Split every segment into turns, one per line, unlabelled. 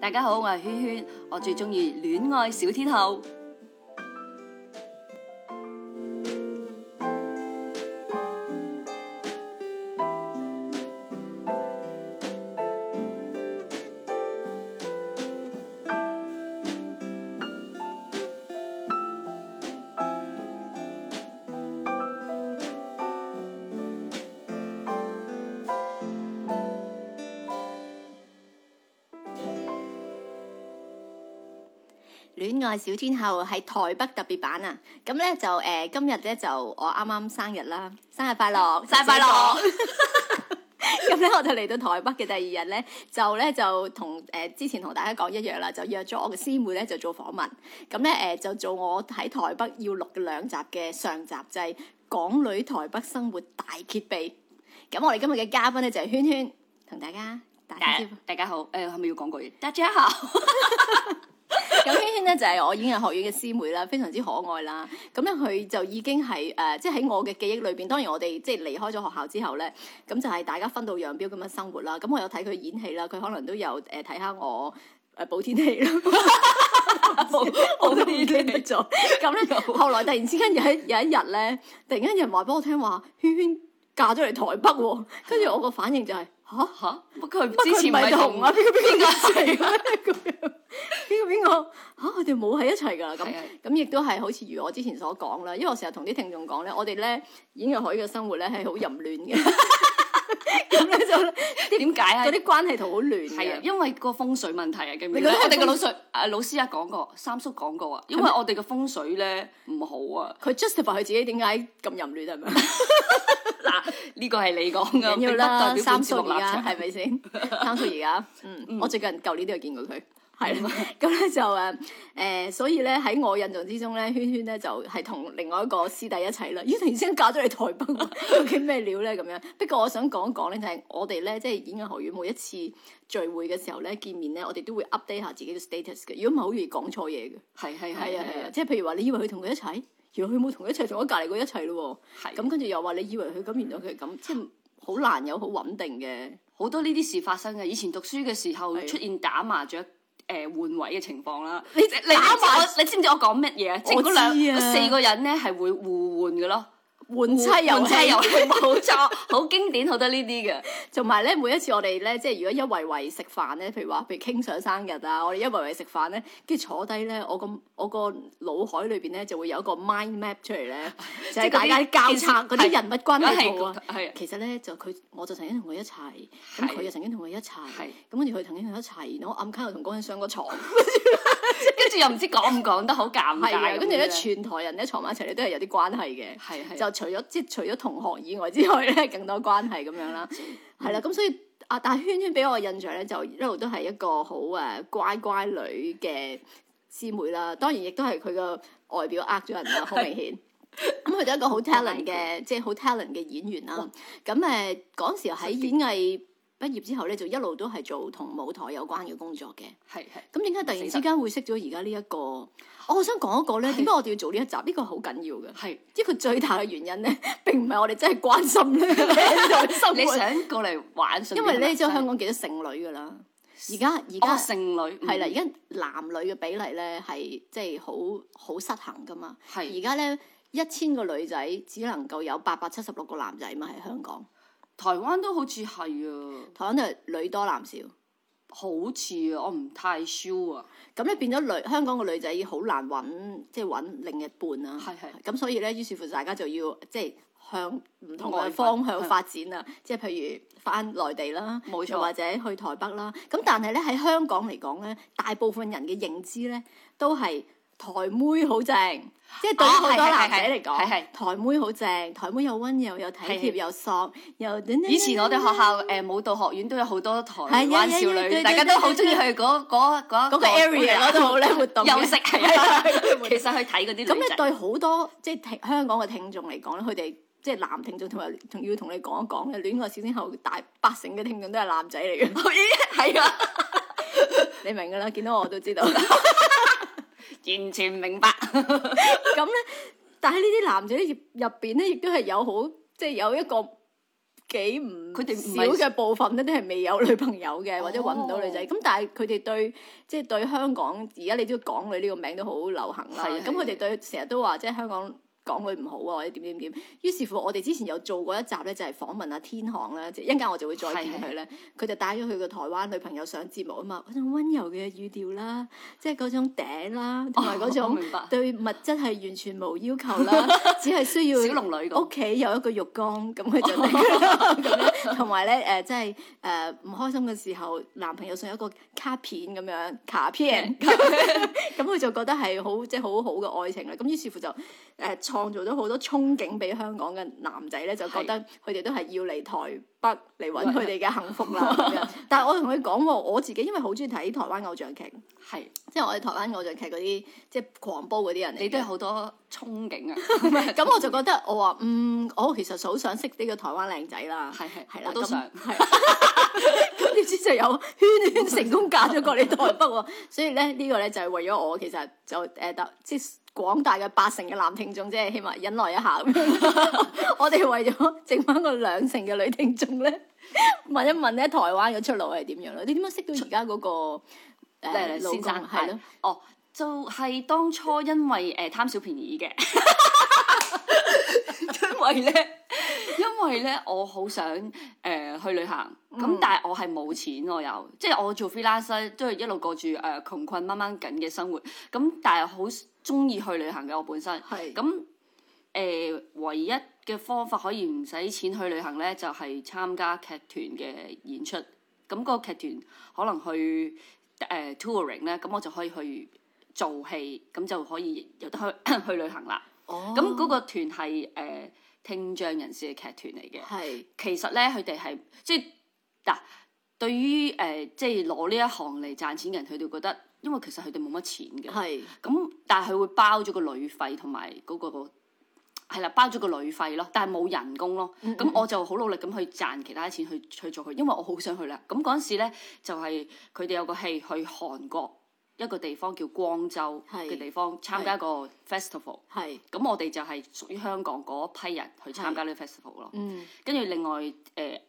大家好，我係圈圈，我最中意戀愛小天后。戀愛小天后係台北特別版啊！咁咧就誒、呃今日咧就我啱啱生日啦，生日快 樂，生日快樂！ 咁咧我就嚟到台北嘅第二日咧，就咧就同誒、呃之前同大家講一樣啦，就約咗我嘅師妹咧就做訪問，咁咧誒就做我喺台北要錄嘅兩集嘅上集，就係、港女台北生活大揭秘。咁我哋今日嘅嘉賓咧就係、圈圈，同大家打
大
聲招呼。
大家好，誒係咪要講國語？ 大家好，
咁圈圈咧就係我演藝學院嘅師妹啦，非常之可愛啦。咁咧佢就已經係誒、呃即係喺我嘅記憶裏邊。當然我哋即係離開咗學校之後咧，咁就係大家分道揚镳咁樣生活啦。咁我有睇佢演戲啦，佢可能都有誒睇下我誒報天氣啦。 我都唔記得咗。咁咧，後來突然之間有一有一日咧，突然間有人話俾我聽話，圈圈嫁咗嚟台北喎。跟住我個反應就係、吓？
嚇乜佢
乜佢
之前
唔
唔
係
係
同
同
啊
啊？
邊個邊個一齊啊？咁樣邊個邊個嚇？佢哋冇喺一齊㗎 啦咁
係啊。
咁亦都係好似如我之前所講啦，因為我成日同啲聽眾講咧，我哋咧演藝海嘅生活咧係好淫亂嘅， 咁咧就
點解啊
嗰？啲關係圖好亂
係啊，
嘅。
因為個風水問題啊，記唔記
你
得？
覺得係
我哋
風
嘅老師誒老 師啊講過，三叔講過啊，因為我哋嘅風水咧唔好啊。
佢 justify 佢自己點解咁淫亂係咪？
嗱，呢個係你講㗎，
唔緊要
並不
啦，
代表
三
本
叔
節目
而
立
家
場。
係 咪先？三叔而家，嗯，我最近舊年都有見過佢，係啦。咁咧就誒誒、呃所以咧喺我印象之中咧，圈圈咧就係同另外一個師弟一齊啦。咦，突然之間嫁咗嚟台 北喎，究竟咩料咧咁樣？不過我想講講咧，就係、我哋咧即係演藝學院每一次聚會嘅時候咧，見面咧，我哋都會 update 下自己嘅 status 嘅。如果唔係，好容易講錯嘢嘅。
係係
係
係
啊係
係
啊，
啊，
即係譬如話，你以為佢同佢一齊，原來佢冇同佢一齊，同我隔離嗰一齊咯喎。
係
咁跟住又話你以為佢咁，原來佢係咁，即係好難有好穩定嘅。
好多呢啲事發生嘅。以前讀書嘅時候
係啊
出現打麻雀。誒換位嘅情況啦，
你
你
打麻
我你知唔知我講乜嘢啊？即係嗰
我知啊
兩嗰四個人咧係會互換嘅咯。
換妻遊
換妻遊
戲，
戲冇錯，好經典，好多呢啲嘅。
同埋咧每一次我哋咧，即係如果一圍圍食飯咧，譬如話譬如傾上生日啊，我哋一圍圍食飯咧，跟住坐低咧，我個我個腦海裏邊咧就會有一個 mind map 出 嚟咧，就
係
係大家
嗰啲
交叉嗰
電視
啲人物關係圖
係
啊。
係
其實咧就佢，我就曾經同佢一齊，咁
係
佢又曾經同佢一齊，
係
咁跟住佢曾經同佢一齊，然後我暗卡又同嗰個人上 過床，
跟住又唔知講唔講得好尷
係啊，
尬。
跟住咧全台人咧坐埋一齊咧都係有啲關係嘅。
係係
就除咗即係除咗同學以外之外咧，更多關係咁樣啦，係啦，咁所以啊，但係圈圈俾我嘅印象咧，就一路都係一個好誒乖乖女嘅師妹啦，當然亦都係佢個外表呃咗人啦，好明顯。咁佢都係一個好 talent 嘅，即係好 talent 嘅演員啦。咁誒嗰時候喺演藝畢業之後咧，就一路都係做同舞台有關嘅工作嘅。
係係
咁點解突然之間會識咗而家呢一個？我想講一個咧，點解我哋要做呢一集？呢個好緊要嘅。
係。
即係佢最大嘅原因咧， 並唔係我哋真係關心 咧生
你
活，
想過嚟玩？
因為咧，即
就
係香港幾多剩女㗎啦。而家而家
哦，剩女
係啦，而，家男女嘅比例咧係即係好好失衡㗎嘛。
係
而家咧一千個女仔只能夠有八百七十六個男仔嘛，喺香港。
台灣都好似係啊，
台灣都係女多男少，
好似啊，我唔太 sure 啊。
咁咧變咗女香港嘅女仔好難揾，即係揾另一半啦。
係係
咁所以咧，於是乎大家就要即係向唔同
外
嘅
分
方向發展啦，即係譬如翻內地啦，
冇錯
又或者去台北啦。咁但係咧喺香港嚟講咧，大部分人嘅認知咧都係台妹好正，即係對於
哦
好多
係係
男仔
係
嚟
係
講，台妹好正，台妹又溫柔又體
係
貼
係
又索又。
以前我哋學校誒舞蹈學院都有好多台
係啊
灣少
係啊係啊
女，大家都好中意去嗰嗰嗰
嗰個 area 嗰度咧活動 嘅，
休息係 啊。 其實去睇嗰啲女
咁咧
仔
對好多即係聽香港嘅聽眾嚟講咧，佢哋即係男聽眾同埋仲要同你講一講咧，戀愛小天后大八成嘅聽眾都係男仔嚟嘅，
係啊，
你明㗎啦，見到我都知道。
完全明 白。
咁咧，但係呢啲男仔入入邊咧，亦都係有好即係有一個幾唔
佢哋唔
少
係哦
嘅部分咧，都係未有女朋友嘅，或者揾唔到女仔。咁、但係佢哋對即係對香港而家你知道港女呢個名都好流行啦
係啊。
咁
係啊
佢哋對成日都話即係香港。港女唔好啊，或者點點點，於是乎我哋之前有做過一集咧，就係、訪問阿天航啦，即係一陣間我就會再見佢
啊
咧，佢就帶咗佢個台灣女朋友上節目啊嘛，嗰種温柔嘅語調啦，即係嗰種嗲啦，同埋嗰
我
種
明白
對物質係完全冇要求啦，只係需要
小龍女咁
屋企有一個浴缸，咁佢就得㗎啦 咁樣，同埋咧誒，即係誒唔開心嘅時候，男朋友送一個卡片咁樣卡片， 咁佢就覺得係好即係好好嘅愛情啦。咁於是乎就誒、呃、創造咗好多憧憬俾香港嘅男仔咧，就覺得佢哋都係要嚟台北嚟揾佢哋嘅幸福啦咁樣。但係我同佢講喎，我自己因為好中意睇台灣偶像劇，
係
即係我哋台灣偶像劇嗰啲即係狂煲嗰啲人嚟嘅。
你都有好多憧憬啊，
咁我就覺得我話嗯，我其實好想識呢個台灣靚仔 啦。
係係
係啦，
我都
咁
想。
係咁點知就有圈圈成功嫁咗過嚟台北喎，所以咧呢個咧就係為咗我，其實就誒特即係廣大嘅八成嘅男聽眾，即係起碼忍耐一下 咁樣。我哋為咗剩翻個兩成嘅女聽眾咧，問一問咧台灣嘅出路係點樣咧？你點樣識到而家嗰個
誒
誒老
先
公
生
係咯？，
哦，就係當初因為誒貪小便宜嘅， 因為咧，因為咧，我好想呃誒去旅行，咁但係我係冇錢，我又即係我做 freelancer 都係一路過住誒窮困掹掹緊嘅生活，咁但係好中意去旅行嘅我本身，
係
咁誒唯一嘅方法可以唔使錢去旅行咧，就係參加劇團嘅演出，咁個劇團可能去。誒、touring 咧，咁我就可以去做戲，咁就可以有得去 去旅行啦。
哦
咁嗰、個團係誒、呃、聽障人士嘅劇團嚟嘅。
係
其實咧，佢哋係即係嗱，對於誒、呃即係攞呢一行嚟賺錢嘅人，佢哋覺得，因為其實佢哋冇乜錢嘅。
係
咁但係佢會包咗個旅費同埋嗰個。係啦，包咗個旅費咯，但係冇人工咯。
嗯
咁、我就好努力咁去賺其他錢去去做佢，因為我好想去啦。咁嗰陣時咧，就係佢哋有個戲去韓國一個地方叫光州
係
嘅地方參加一個 festival。
係
咁我哋就係屬於香港嗰批人去參加呢個 festival 咯。
嗯
跟住另外誒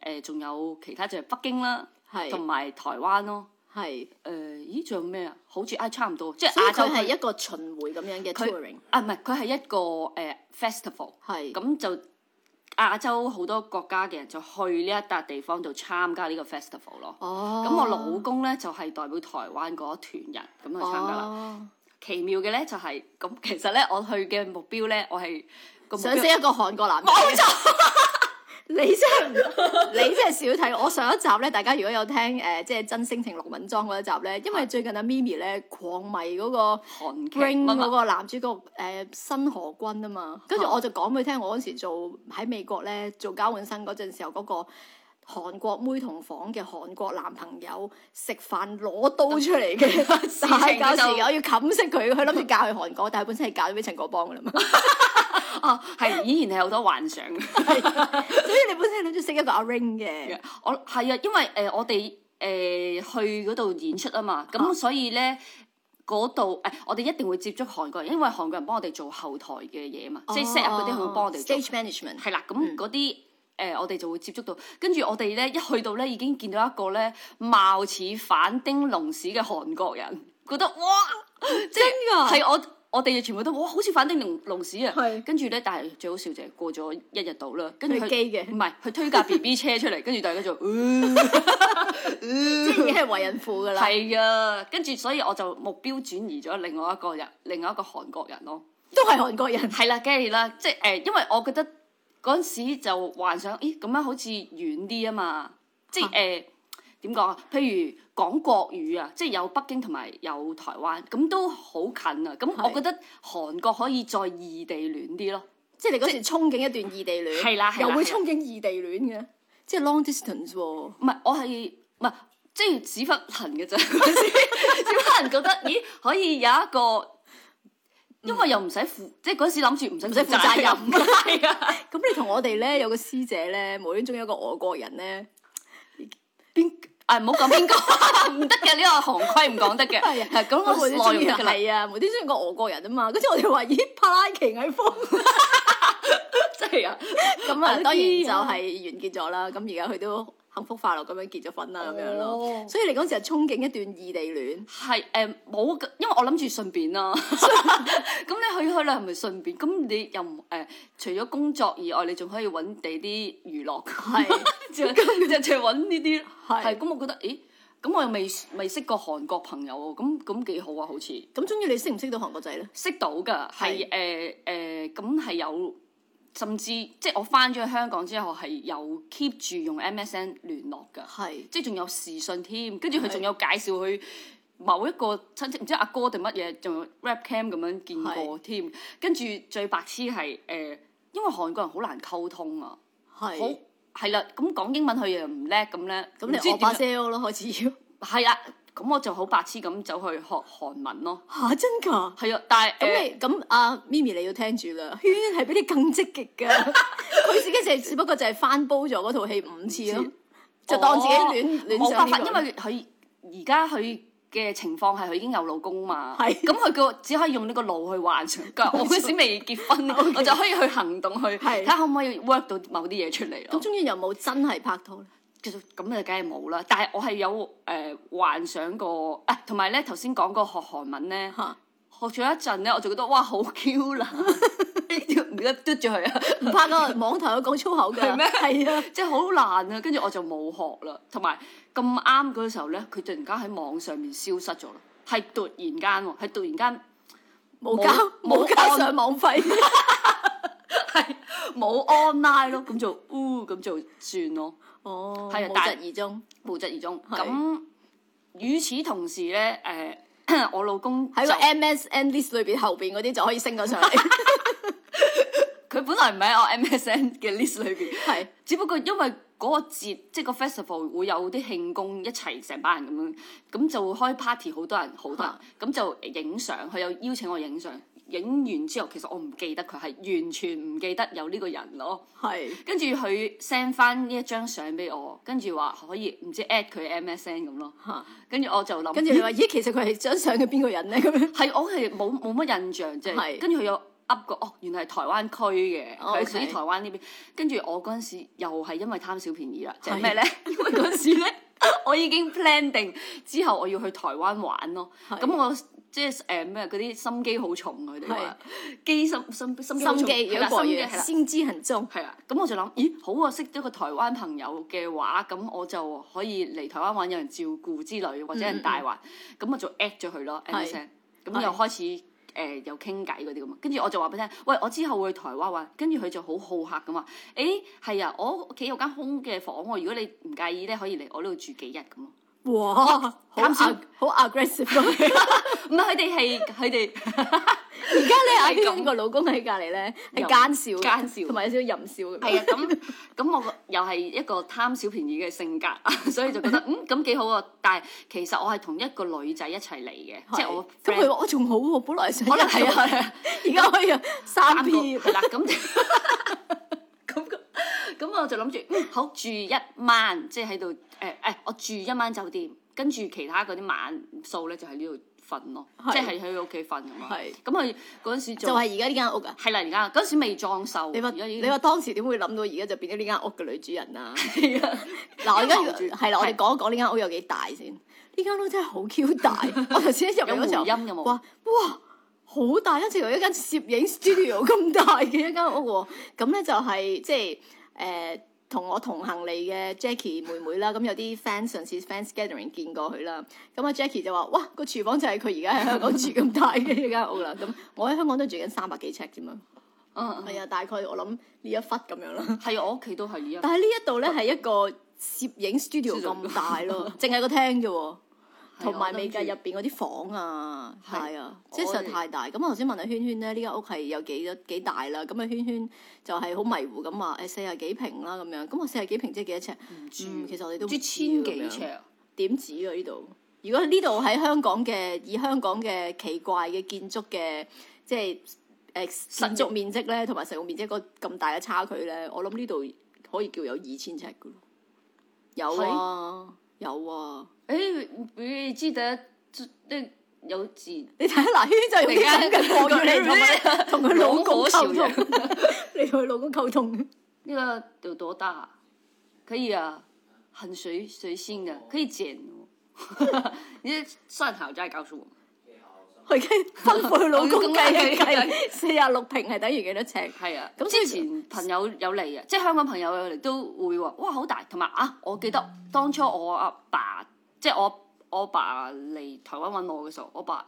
誒，仲、有其他就係北京啦，同
係
埋台灣咯。
係，
誒、咦，仲有咩啊？好似啊，差唔多，即係
所以
亞洲
佢係
區
一個巡迴咁樣嘅
佢
touring
啊，唔係佢係一個誒、呃 festival。
係
咁就亞洲好多國家嘅人就去呢一笪地方度參加呢個 festival 咯。
哦
咁、我老公呢，就係、代表台灣嗰一團人咁去參加啦。
哦
奇妙嘅呢，就係、咁，其實呢，我去嘅目標呢，我係個目
想識
標
一個韓國男人，冇錯。 你真係唔你真係少睇。我上一集咧，大家如果有聽誒、呃即係真性情陸敏莊嗰一集咧，因為最近阿 Mimi 咧狂迷嗰個
韓劇
Bring
乜
嗰
乜
個男主角誒、呃新河君啊嘛，跟住
嚇
我就講俾佢聽，我嗰時做喺美國咧做交換生嗰陣時候嗰、個。韓國妹同房嘅韓國男朋友食飯攞刀出 嚟嘅 大
情
搞事
就
嘅，我要冚熄佢。佢諗住嫁去韓國，但係本身係嫁咗俾陳國 邦噶啦嘛。
啊，係依然係好多幻想。
所以你本身係諗住識一個阿 Ring 嘅，
我係啊，因為誒、呃我哋誒、呃去嗰度演出啊嘛，
哦
咁所以咧。嗰度誒，我哋一定會接觸韓國人，因為韓國人幫我哋做後台嘅嘢嘛，即係 set up 嗰啲，佢會幫我哋做
哦 stage 嗯 management
係啦，咁嗰啲誒我哋就會接觸到，跟住我哋咧一去到咧已經見到一個咧貌似反丁龍屎嘅韓國人，覺得哇，即
㗎
係係我。我哋全部都哇，好似反丁龍龍屎啊！
係
跟住咧，但係最好笑就係過咗一日到啦，跟住佢
佢基嘅
唔係佢推架 B B 車出嚟，跟住大家就，呃
即係已經係為人父噶啦。
係啊，跟住所以我就目標轉移咗另外一個人，另外一個韓國人咯。
都係韓國人，
係啦，梗係啦，即係誒、呃因為我覺得嗰陣時就幻想，咦咁樣好似遠啲啊嘛，即係誒點講啊？譬如講國語啊，即係有北京同埋有台灣，咁都好近啊。咁
係
我覺得韓國可以再異地戀啲咯。
即係你嗰時憧憬一段異地戀，
係啦係啦
又會
係啦
憧憬異地戀嘅，即係 long distance 喎。
唔係，我係唔係即係屎忽痕嘅啫。 屎忽痕覺得，咦，可以有一個，因為又唔使負，即係嗰時諗住唔使
使負責任
係啊，
咁你同我哋咧有個師姐咧，無端中有個俄國人咧，
邊啊唔好講邊個， 唔得嘅呢個行規唔講得嘅，
係啊
係講
無
個
端中
內容得
有
㗎啦，
啊係啊，無端中有個俄國人啊嘛，跟住我哋話咦，帕拉奇藝風，
真係係啊，
咁 啊，
我都
當然就
知
係
啊
完結咗啦。咁而家佢都幸福快樂咁樣結咗婚啦，咁樣咯。
咯
所以你嗰陣時係憧憬一段異地戀，
係誒冇嘅，因為我諗住順便 啦。咁你去去旅行咪順便，咁你又唔誒、除咗工作以外，你仲可以揾地啲娛樂，
係
就就就揾呢啲
係
係。咁我覺得，咦，咁我又未未識過韓國朋友喎，咁咁幾好啊，好似
咁中意你識唔識到韓國仔咧？
識到㗎，係誒誒，咁係有。甚至即係我翻咗去香港之後，係有 keep 住用 MSN 聯絡㗎。
係
即係仲有時信添，跟住佢
係
仲有介紹佢某一個親戚，唔知阿哥定乜嘢，仲有 rap cam 咁樣見過添。跟住最白痴係誒，因為韓國人好難溝通啊，好
係。
係啦，咁講英文佢又唔叻咁咧，
咁你
唔知
我把
點樣
sell 咯，開始要
係啊，咁我就好白痴咁走去學韓文咯，
嚇真㗎。
係啊，但係
咁
誒
你咁阿 Mimi 你要聽住啦， 圈係比你更積極㗎。 佢自己就係只不過就係翻煲咗嗰套戲五次
唔
咯
知，
就當自己
哦
戀戀
冇
上
辦法，
呢個
因為佢而家佢。嘅情況係佢已經有老公嘛，
係
咁佢個只可以用呢個腦去幻想 㗎。我嗰時未結婚，我就可以去行動去
係
睇下可唔可以 work 到某啲嘢出嚟
咁
咯。
中間有冇真係拍拖咧？
其實咁就梗係冇啦，但係我係有誒、呃幻想過，啊同埋咧頭先講過學韓文咧，
嚇
學咗一陣咧，我就覺得哇好 Q 啦， 唔記得嘟住佢啊，
唔拍㗎，網台有講粗口㗎。
係咩
係啊。
即係好難啊！跟住我就冇學啦，同埋咁啱嗰時候咧，佢突然間喺網上面消失咗啦，係突然間喎，係突然間
冇交
冇
冇交
按
上網費，
係冇 online 咯，咁就อู้咁就算咯，
哦
係啊
無疾
但
而終。
無疾而終。
係
咁與此同時咧，誒、 我老公
喺
就
個 MSN list 裏邊後邊嗰啲就可以升咗上嚟，
佢本來唔喺我 MSN 嘅 list 裏邊，
係
只不過因為嗰個節，即係個 festival 會有啲慶功一齊成班人咁樣，咁就會開 party，好多人好多人
嚇，
咁就影相，佢有邀請我影相，影完之後其實我唔記得佢係完全唔記得有呢個人咯，
係
跟住佢 send 翻呢一張相俾我，跟住話可以唔知 at 佢 MSN 咁咯，
嚇。
跟住我就諗，
跟住你話咦，其實佢係張相嘅邊個人咧？咁樣
係我係冇冇乜印象啫，
係
跟住佢有噏過，哦，原來係台灣區嘅，
哦
佢
，OK
屬於台灣呢邊。跟住我嗰陣時又係因為貪小便宜啦，就係
係
咩 咧？因為嗰陣時咧， 我已經 plan 定之後我要去台灣玩咯。
係
咁我即係誒咩嗰啲心機好重啊佢哋話機心心心機好重
心機
係
如
啦
果
心
過
機
夜
係啦。
先知行蹤，
係啊，咁我就諗，咦，好啊，識咗個台灣朋友嘅話，咁我就可以嚟台灣玩，有人照顧之類，或者有人帶玩，咁、我就 at 咗佢咯
係
，MSN，咁又開始誒、呃有傾偈嗰啲咁啊，跟住我就話俾佢聽，喂，我之後會去台灣玩，跟住佢就好好客咁話，誒係啊，我屋企有間空嘅房喎，如果你唔介意咧，可以嚟我呢度住幾日咁咯。
哇，好
貪小
ag- 好 aggressive 咯！
唔係佢哋係佢哋
而家咧阿
係咁
娟個老公喺隔離咧係
淫
奸笑，
奸笑
同埋有少少淫笑咁樣。
係啊，咁 咁我個又係一個貪小便宜嘅性格， 所以就覺得嗯咁幾好啊。但係其實我係同一個女仔一齊嚟嘅，即係我
咁佢
friend
話我仲好喎，本來想
可能
一
係
個
啊，係啊
而家可以有
三
三
個
P，
係啦，咁 咁咁我就諗住嗯好住一晚，即係喺度誒誒，我住一晚酒店，跟住其他嗰啲晚數咧就喺呢度瞓咯，
係
即係喺佢屋企瞓咁啊。
係
咁佢嗰陣時
就
就
係而家呢間屋啊！
係啦，而家嗰陣時未裝修，
你話
而家已經
你話當時點會諗到而家就變咗呢間屋嘅女主 人啊？
係啊。
嗱，我而家
一望住
要係啦，我哋
係
講一講呢間屋有幾大先。呢間屋真係好 Q 大，我頭先一入
有
嚟嗰時候，
回音有冇
哇哇，好大，一直有一間攝影 studio 咁大嘅一間屋喎。咁咧就係、即係誒。呃同我同行嚟嘅 Jackie 妹妹啦，咁有啲 fans 上次 fans gathering 見過佢啦，咁啊 Jackie 就話：哇，個廚房就係佢而家喺香港住咁大嘅一間屋啦。咁我喺香港都住緊三百幾尺啫嘛，
嗯嗯
係啊，大概我諗呢一忽咁樣啦。
係啊，我屋企都係呢一
但係呢一度咧係一個攝影 studio 咁大咯，淨係個廳啫喎，同埋未計入邊嗰啲房啊，
係
係啊，
我
即係實在太大。咁我頭先問阿圈圈咧，呢間屋係有幾多幾大啦？咁啊圈圈就係好迷糊咁話誒四廿幾平啦咁樣，咁我四廿幾平即係幾多尺？
唔知
嗯，其實我哋都
唔
唔
知千幾尺
咁樣
啊，
點止啊呢度？如果呢度喺香港嘅以香港嘅奇怪嘅建築嘅即係誒
實
建築面積咧，同埋實用面積個咁大嘅差距咧，我諗呢度可以叫有二千尺噶咯。有啊，有啊，
誒，你記得即有自你
你睇嗱圈就用啲咁嘅國語嚟同佢同佢老公溝
兩
通，你同佢老公溝通。
那个有多大啊？可以啊，很随随性的，可以剪哦。 你算好再告诉我。
佢已經吩咐佢老公
咁
計
計
一計，四廿六平係等於幾多尺？
係啊，
咁
咁
所以
之前朋友有嚟啊，即係香港朋友有嚟都會話，哇好大，同埋啊，我記得當初我阿爸，即係我我爸嚟台灣揾我嘅時候，我爸。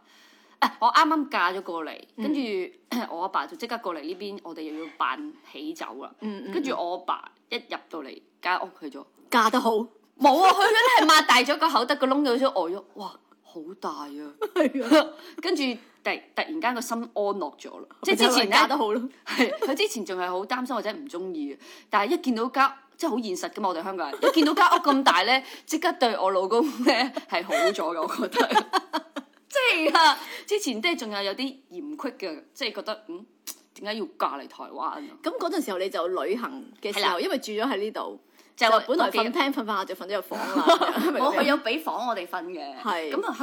誒，我啱啱嫁咗過嚟，
嗯
跟住 我阿爸就即刻過嚟呢邊，我哋又要辦喜酒啦。
嗯嗯
跟住我阿爸一入到嚟間屋去咗，
嫁 得好，
冇啊！佢嗰啲係擘大咗個口，得個窿有少呆咗，哇，好大啊！
係啊，
跟住突突然間個心安落咗啦，即
即
係之
係之 前
前啊
嫁
咧
得。好咯。
係佢之前仲係好擔心或者唔中意嘅，但係一見到間即係好現實噶嘛，我哋香港人一見到間屋咁大咧，即刻對我老公咧係好咗嘅，我覺得。即係啊，之前即係仲有有啲嫌隙嘅，即係覺得嗯點解要嫁嚟台灣啊？
咁嗰陣時候你就旅行嘅時
係
候，
啦
因為住咗喺呢度，
就
就本來瞓
我
廳瞓瞓下就瞓咗入 房啦。係咪
我
咁
佢
樣
有俾房我哋瞓嘅，
係
咁啊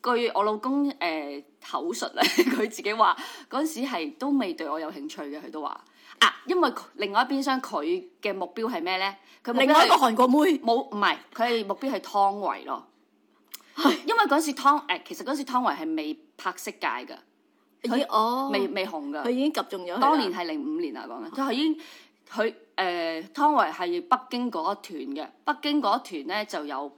佢據我老公誒、呃口述咧，佢自己話嗰陣時係都未對我有興趣嘅，佢都話啊，因為佢另外一邊廂佢嘅目標係咩咧？佢目標
另外一個
係
韓國妹，
冇唔係佢係目標係湯唯咯，因為嗰陣時湯誒、呃其實嗰陣時湯唯係未拍色戒嘅，佢
咦哦，
未未紅嘅
佢。已經及中咗佢啦。
當年係零五年啊，講緊佢已經佢誒、呃、湯唯係北京嗰一團嘅，北京嗰一團咧就有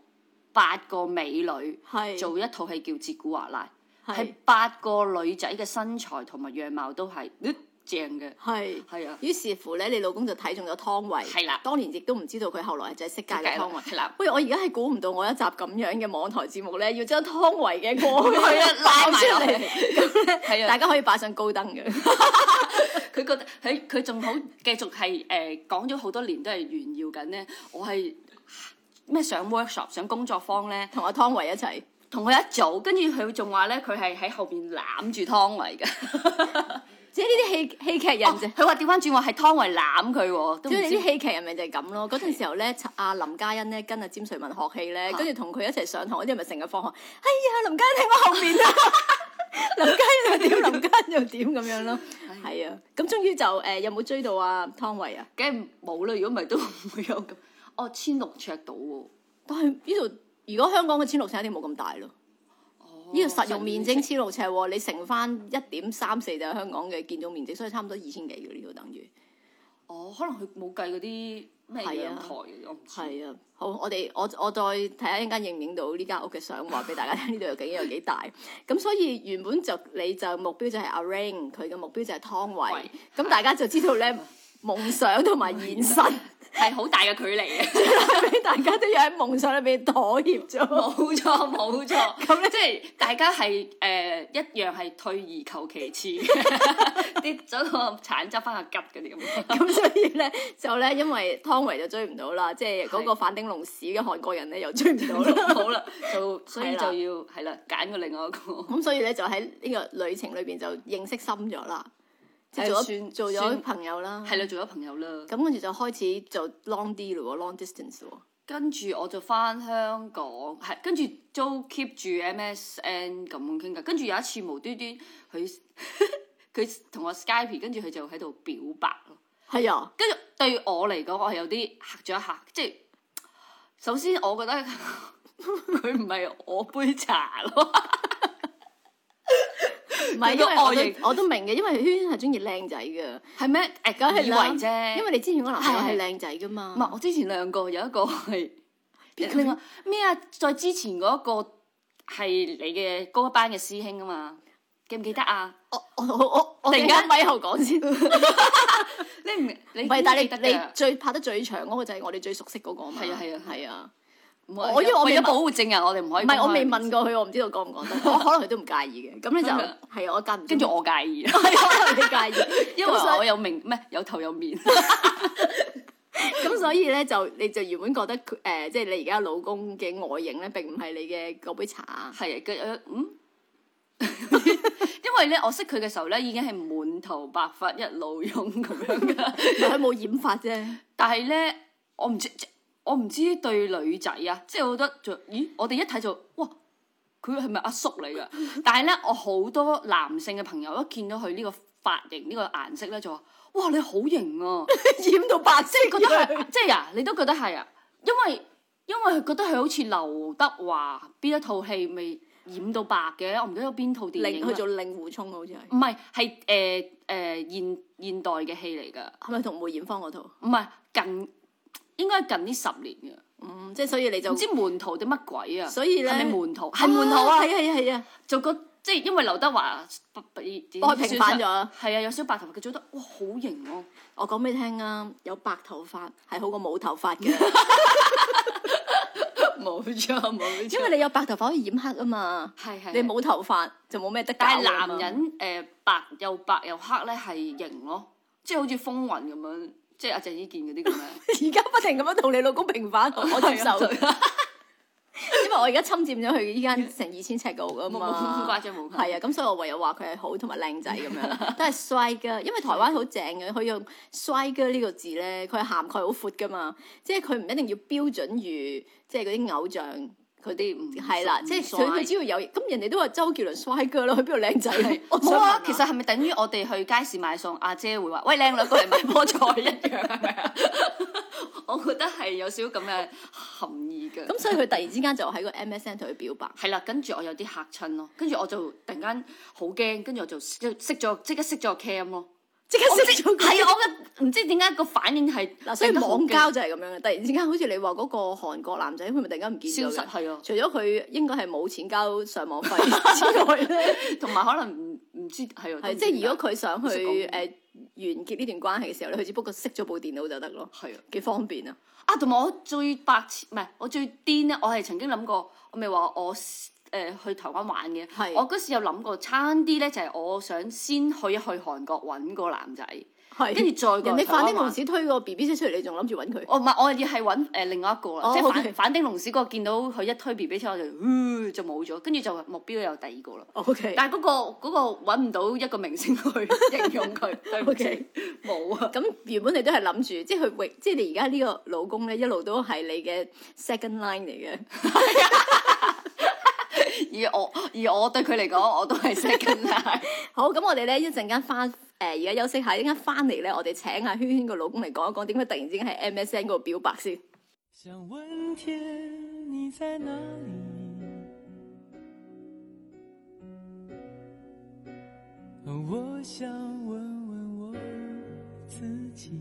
八個美女
係
做一套戲叫《哲古華拉》，係
係
八個女仔嘅身材同埋樣貌都係、呃正嘅，
係。
係啊，
於是乎咧，你老公就睇中咗湯唯，
係啦
當年亦都唔知道佢後來就係識戒嘅湯唯。
係啦。
喂，我而家係估唔到我一集咁樣嘅網台節目咧，要將湯唯嘅 過去
佢啊，拉
鬧
埋
出
落
嚟，
嚟，係
大
啊！
家可以擺上高登嘅。
佢覺得佢佢仲好繼續係誒講咗好多年都係炫耀緊咧，我係咩上 workshop 上工作坊咧，
同阿湯唯一齊，
同佢一組，跟住佢仲話咧，佢係喺後邊攬住湯唯嘅。
即係呢啲戲戲劇人
哦
啫。
佢話調翻轉話係湯唯攬佢喎，都唔
即
知
係呢啲戲劇人咪就係咁咯。嗰陣時候咧，阿林嘉欣咧跟阿詹瑞文學戲咧，
嚇
跟住同佢一齊上堂嗰啲咪成日放學，哎呀林嘉欣喺我後 面啊！林嘉欣又點，林嘉欣又點咁樣咯，係啊。咁終於就誒有冇追到啊湯唯啊？
梗係冇啦。如果唔係都唔 會有咁。哦，千六尺到喎。
但係呢度如果香港嘅千六尺一定冇咁大咯。
哦
呢個實用面積千六尺喎，你乘翻一點三四就係香港嘅建築面積，所以差唔多二千幾嘅呢度等於。
哦，可能佢冇計嗰啲咩
係
陽
啊
台嘅，我唔知。
係啊，好，我哋我我再睇下一陣間影唔影到呢間屋嘅相，話俾大家聽呢度有幾有幾大。咁所以原本就你就目標就係阿 Rain，佢嘅目標就係湯唯
喂，
咁大家就知道 咧夢想同埋現實，
係好大嘅距離啊嘅。
俾大家都要喺夢想裏邊妥協咗。
冇錯，冇 錯。咁咧，即係大家係誒、呃一樣係退而求其次 嘅，跌咗個鏟執翻個吉嗰啲咁。
咁所以咧就咧，因為湯唯就追唔到 啦，即係嗰個
係
反丁龍市嘅韓國人咧又追唔到
好
啦。
啦好啦，就所以
係啦
就要係啦，揀個另外一個。
咁所以咧就喺呢個旅程裏邊就認識深咗啦，即
誒
係做咗
算
做咗
算
朋友啦。
係啦，做咗朋友啦。
咁跟住就開始就 long 啲咯喎，long distance 喎。
跟住我就翻香港，係跟住都 keep 住 MSN 咁傾偈。跟住有一次無端端佢 佢同我 Skype，跟住佢就喺度表白咯。
係啊，
跟住對我嚟講，我係有啲嚇咗一嚇，即係首先我覺得 佢唔係我杯茶咯，
唔係
佢
因
個
為我
外形
都我都明嘅，因為圈係中意靚仔嘅，
係咩？誒，
梗係
以為
啦
啫，
因為你之前嗰個男朋友係
係
靚仔噶嘛。
唔係，我之前兩個有一個係
邊個
另外咩啊？再之前嗰一個係你嘅高一班嘅師兄啊嘛，記唔記得啊？
我我我我我
突然間
陣間咪後講 先，唔
你唔你
係，但係
記得啊
你你
㗎
最拍得最長嗰個就係我哋最熟悉嗰個嘛。
係啊係啊
係啊，
唔
我因為我未
為咗
問
保護證人，啊我哋唔可以
唔係我未
公開，
問過佢，我唔知道講唔講 得，我可能佢都唔介意嘅。咁你就
真㗎
係啊我間唔中
跟住我介意，
係可能你介意，
因為
咁所以
我有明咩有頭有面，
咁所以咧就你就原本覺得佢誒、即係你而家老公嘅外形咧並唔係你嘅嗰杯茶，
係啊佢呃嗯。 因為咧，我識佢嘅時候咧，已經係滿頭白髮一路湧咁樣噶。
佢冇染髮啫。
但係咧，我唔知，即我唔知對女仔啊，即係我覺得就，咦，我哋一睇就，哇，佢係咪阿叔嚟噶？但係咧，我好多男性嘅朋友一見到佢呢個髮型、呢、個顏色咧，就話：哇，你好型啊！
染到白色
覺得 係，即係啊，你都覺得係啊，因為因為佢覺得佢好似劉德華邊一套戲咪染到白嘅，我唔記得咗邊套電
令
影
佢
啦
做令狐沖啊好似係，
唔係係誒誒現現代嘅戲嚟㗎，
係咪同梅艷芳嗰套？
唔係近應該近呢十年嘅，
嗯，即係所以你就
唔，知門徒定乜鬼啊？
所以咧
係咪門徒？係門徒
啊，
啊！
係啊係啊係啊，
就個即係因為劉德華不不
我係平反咗
係啊，有少少白頭髮，佢做得哇好型 咯、
我講俾你聽啊，有白頭髮係好過冇頭髮嘅。
冇錯冇錯
因
因為
為你有白頭髮可以染黑啊嘛，
係係
你冇頭髮就冇咩得搞
但
啊
係
嘛
男人誒、呃白又白又黑咧係型咯，即係好似風雲咁樣，即係阿鄭伊健嗰啲咁 樣。
而家不停咁樣同你老公平反，我我接受，
係啊
因為我而家侵佔咗佢 依間成二千尺嘅屋啊
冇冇
嘛
誇。張冇誇張。
係啊，咁所以我唯有話佢係好同埋靚仔咁樣， 都係帥哥。因為台灣好正嘅，佢用帥哥呢個字咧，佢係涵蓋好闊噶嘛，即係佢唔一定要標準如即係嗰啲偶像。佢
啲唔
係啦，
嗯唔
即係佢
帥
佢只要有，咁人哋都話周杰倫帥哥啦，去邊度靚仔？ 我想
冇啊
問，
其實係咪等於我哋去街市買餸，阿姐會話：喂，靚女過嚟買菠菜一樣，係咪啊？我覺得係有少少咁嘅含義嘅。
咁所以佢突然之間就喺個 MSN 同佢表白。
係啦，跟住我有啲嚇親咯，跟住我就突然間好驚，跟住我就熄熄咗，即刻熄咗個 cam 咯。
即刻
我唔
熄
知
咗佢。
係啊我嘅唔知點解個反應係
嗱，所以
突然間好
網
驚
交就係咁樣嘅，突然之間好似你話嗰個韓國男仔，佢咪突然間唔見
消
咗
失
嘅。
係啊，
除咗佢應該係冇錢交上 網費之外咧，
同埋可能唔唔知係啊，
係即係如果佢想去
唔識講
誒完結呢段關係嘅時候咧，佢只不過熄咗部電腦就得咯，
係啊。
幾方便啊！
啊，同埋我最白痴，唔係我最癲咧，我係曾經諗過，我咪話我誒、去台灣玩嘅
係，
我嗰時有諗過，差啲咧就係我想先去一去韓國揾個男仔，
係
跟住再過
人
嚟台
哋
灣
反
玩哦
啲無子推個 B B 車出嚟，你仲諗住揾佢？
我唔係，我要係揾誒另外一個啦，
哦
即係
OK
反反丁龍史嗰個見到佢一推 B B 車，我就、呃、就冇咗，跟住就目標有第二個啦。
O K，
哦但係嗰、個嗰、個揾唔到一個明星去 形容佢，對唔住
OK
冇啊。
咁原本你都係諗住，即係佢永，即係你而家呢個老公咧，一路都係你嘅 second line 嚟嘅。
而我而我對佢嚟講，我都係 second line
好，咁我哋咧一陣間翻誒，呃而、家休息下，一陣間翻嚟咧，我哋請阿圈圈個老公嚟講一講點解突然之間喺 MSN 嗰度表白先。
想问天，你在哪里？我想问问我自己，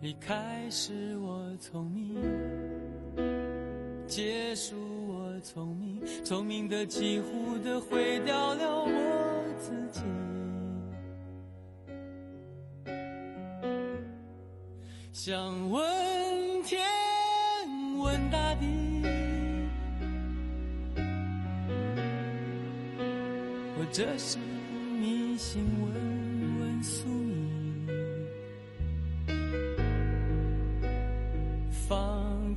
离开时我聪明，结束我聪明，聪明的几乎的毁掉了我自己。想问天，问大地，我这是迷信，问问宿命，放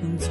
拼凑，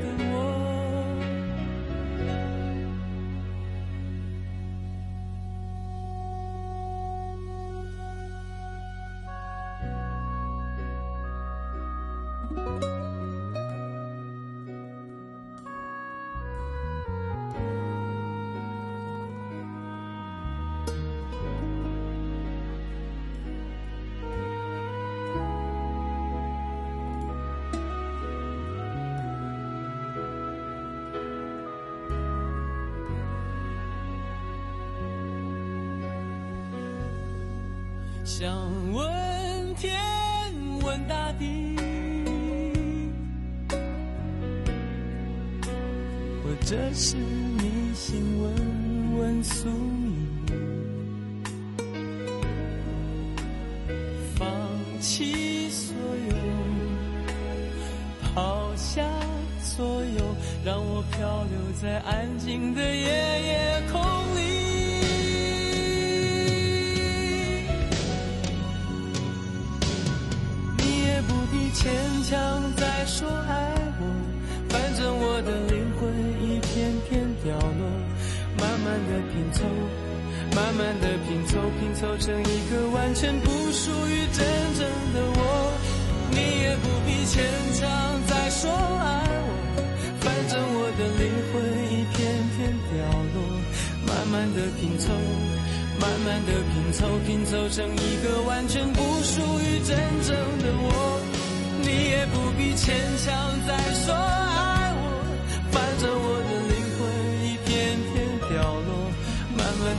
的我。想问天，问大地，这是迷信文文宿命。放弃所有，抛下所有，让我漂流在安静的夜夜空里。你也不必牵强再说爱我，反正我的灵魂一片片掉落，慢慢的拼凑，慢慢的拼凑，拼凑成一个完全不属于真正的我。你也不必牵强再说爱我，反正我的灵魂一片片掉落，慢慢的拼凑。慢慢的拼凑，拼凑成一个完全不属于真正的我。你也不必牵强再说爱我，反正我的灵魂一片片掉落。慢慢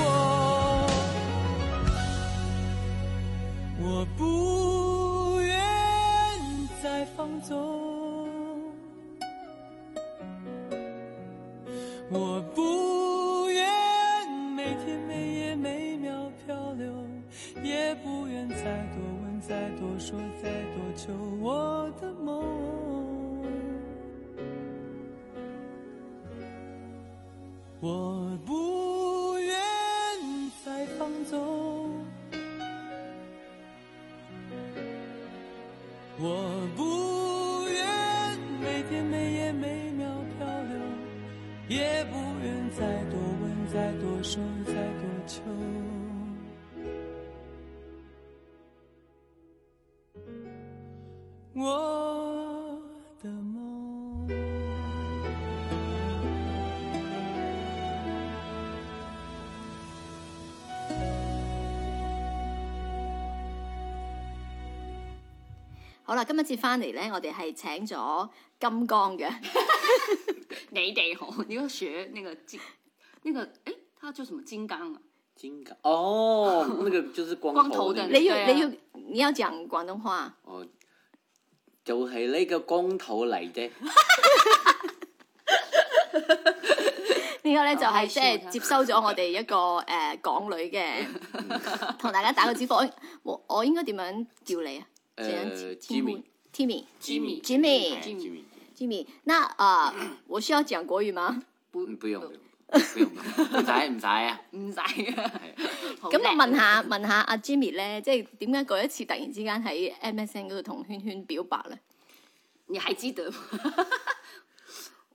我。我不愿再放纵。我不愿每天每夜每秒漂流，也不愿再多问、再多说、再多求我的梦。我不愿再放纵，我不愿每天每夜每秒漂流。也不愿再多问、再多说、再多求。我的梦。
好啦，今日節翻嚟咧，我哋係請咗金剛嘅，
你哋好，你要学那个金，那个哎，他叫什么金刚啊？
金刚哦，那个就是光
光
头
头的
那个
你要
對啊
你要你要講廣東話，
哦，就係呢個光頭嚟啫。
呢個咧就係
係
即係
笑
接收咗我哋一個诶港女嘅，同大家打個招呼。我我應該點樣叫你啊？
誒
天呼
呃 Jimmy
Timmy
Jimmy
Jimmy
哎 Jimmy，
Jimmy，那啊，呃我需要講國語嗎？
不
嗯不用不用不用，唔使唔使啊。
唔使啊，好
咁
叻
我問下 問下阿 Jimmy 咧，即係點解嗰一次突然之間喺 MSN 嗰度同圈圈表白咧？
你还记得吗？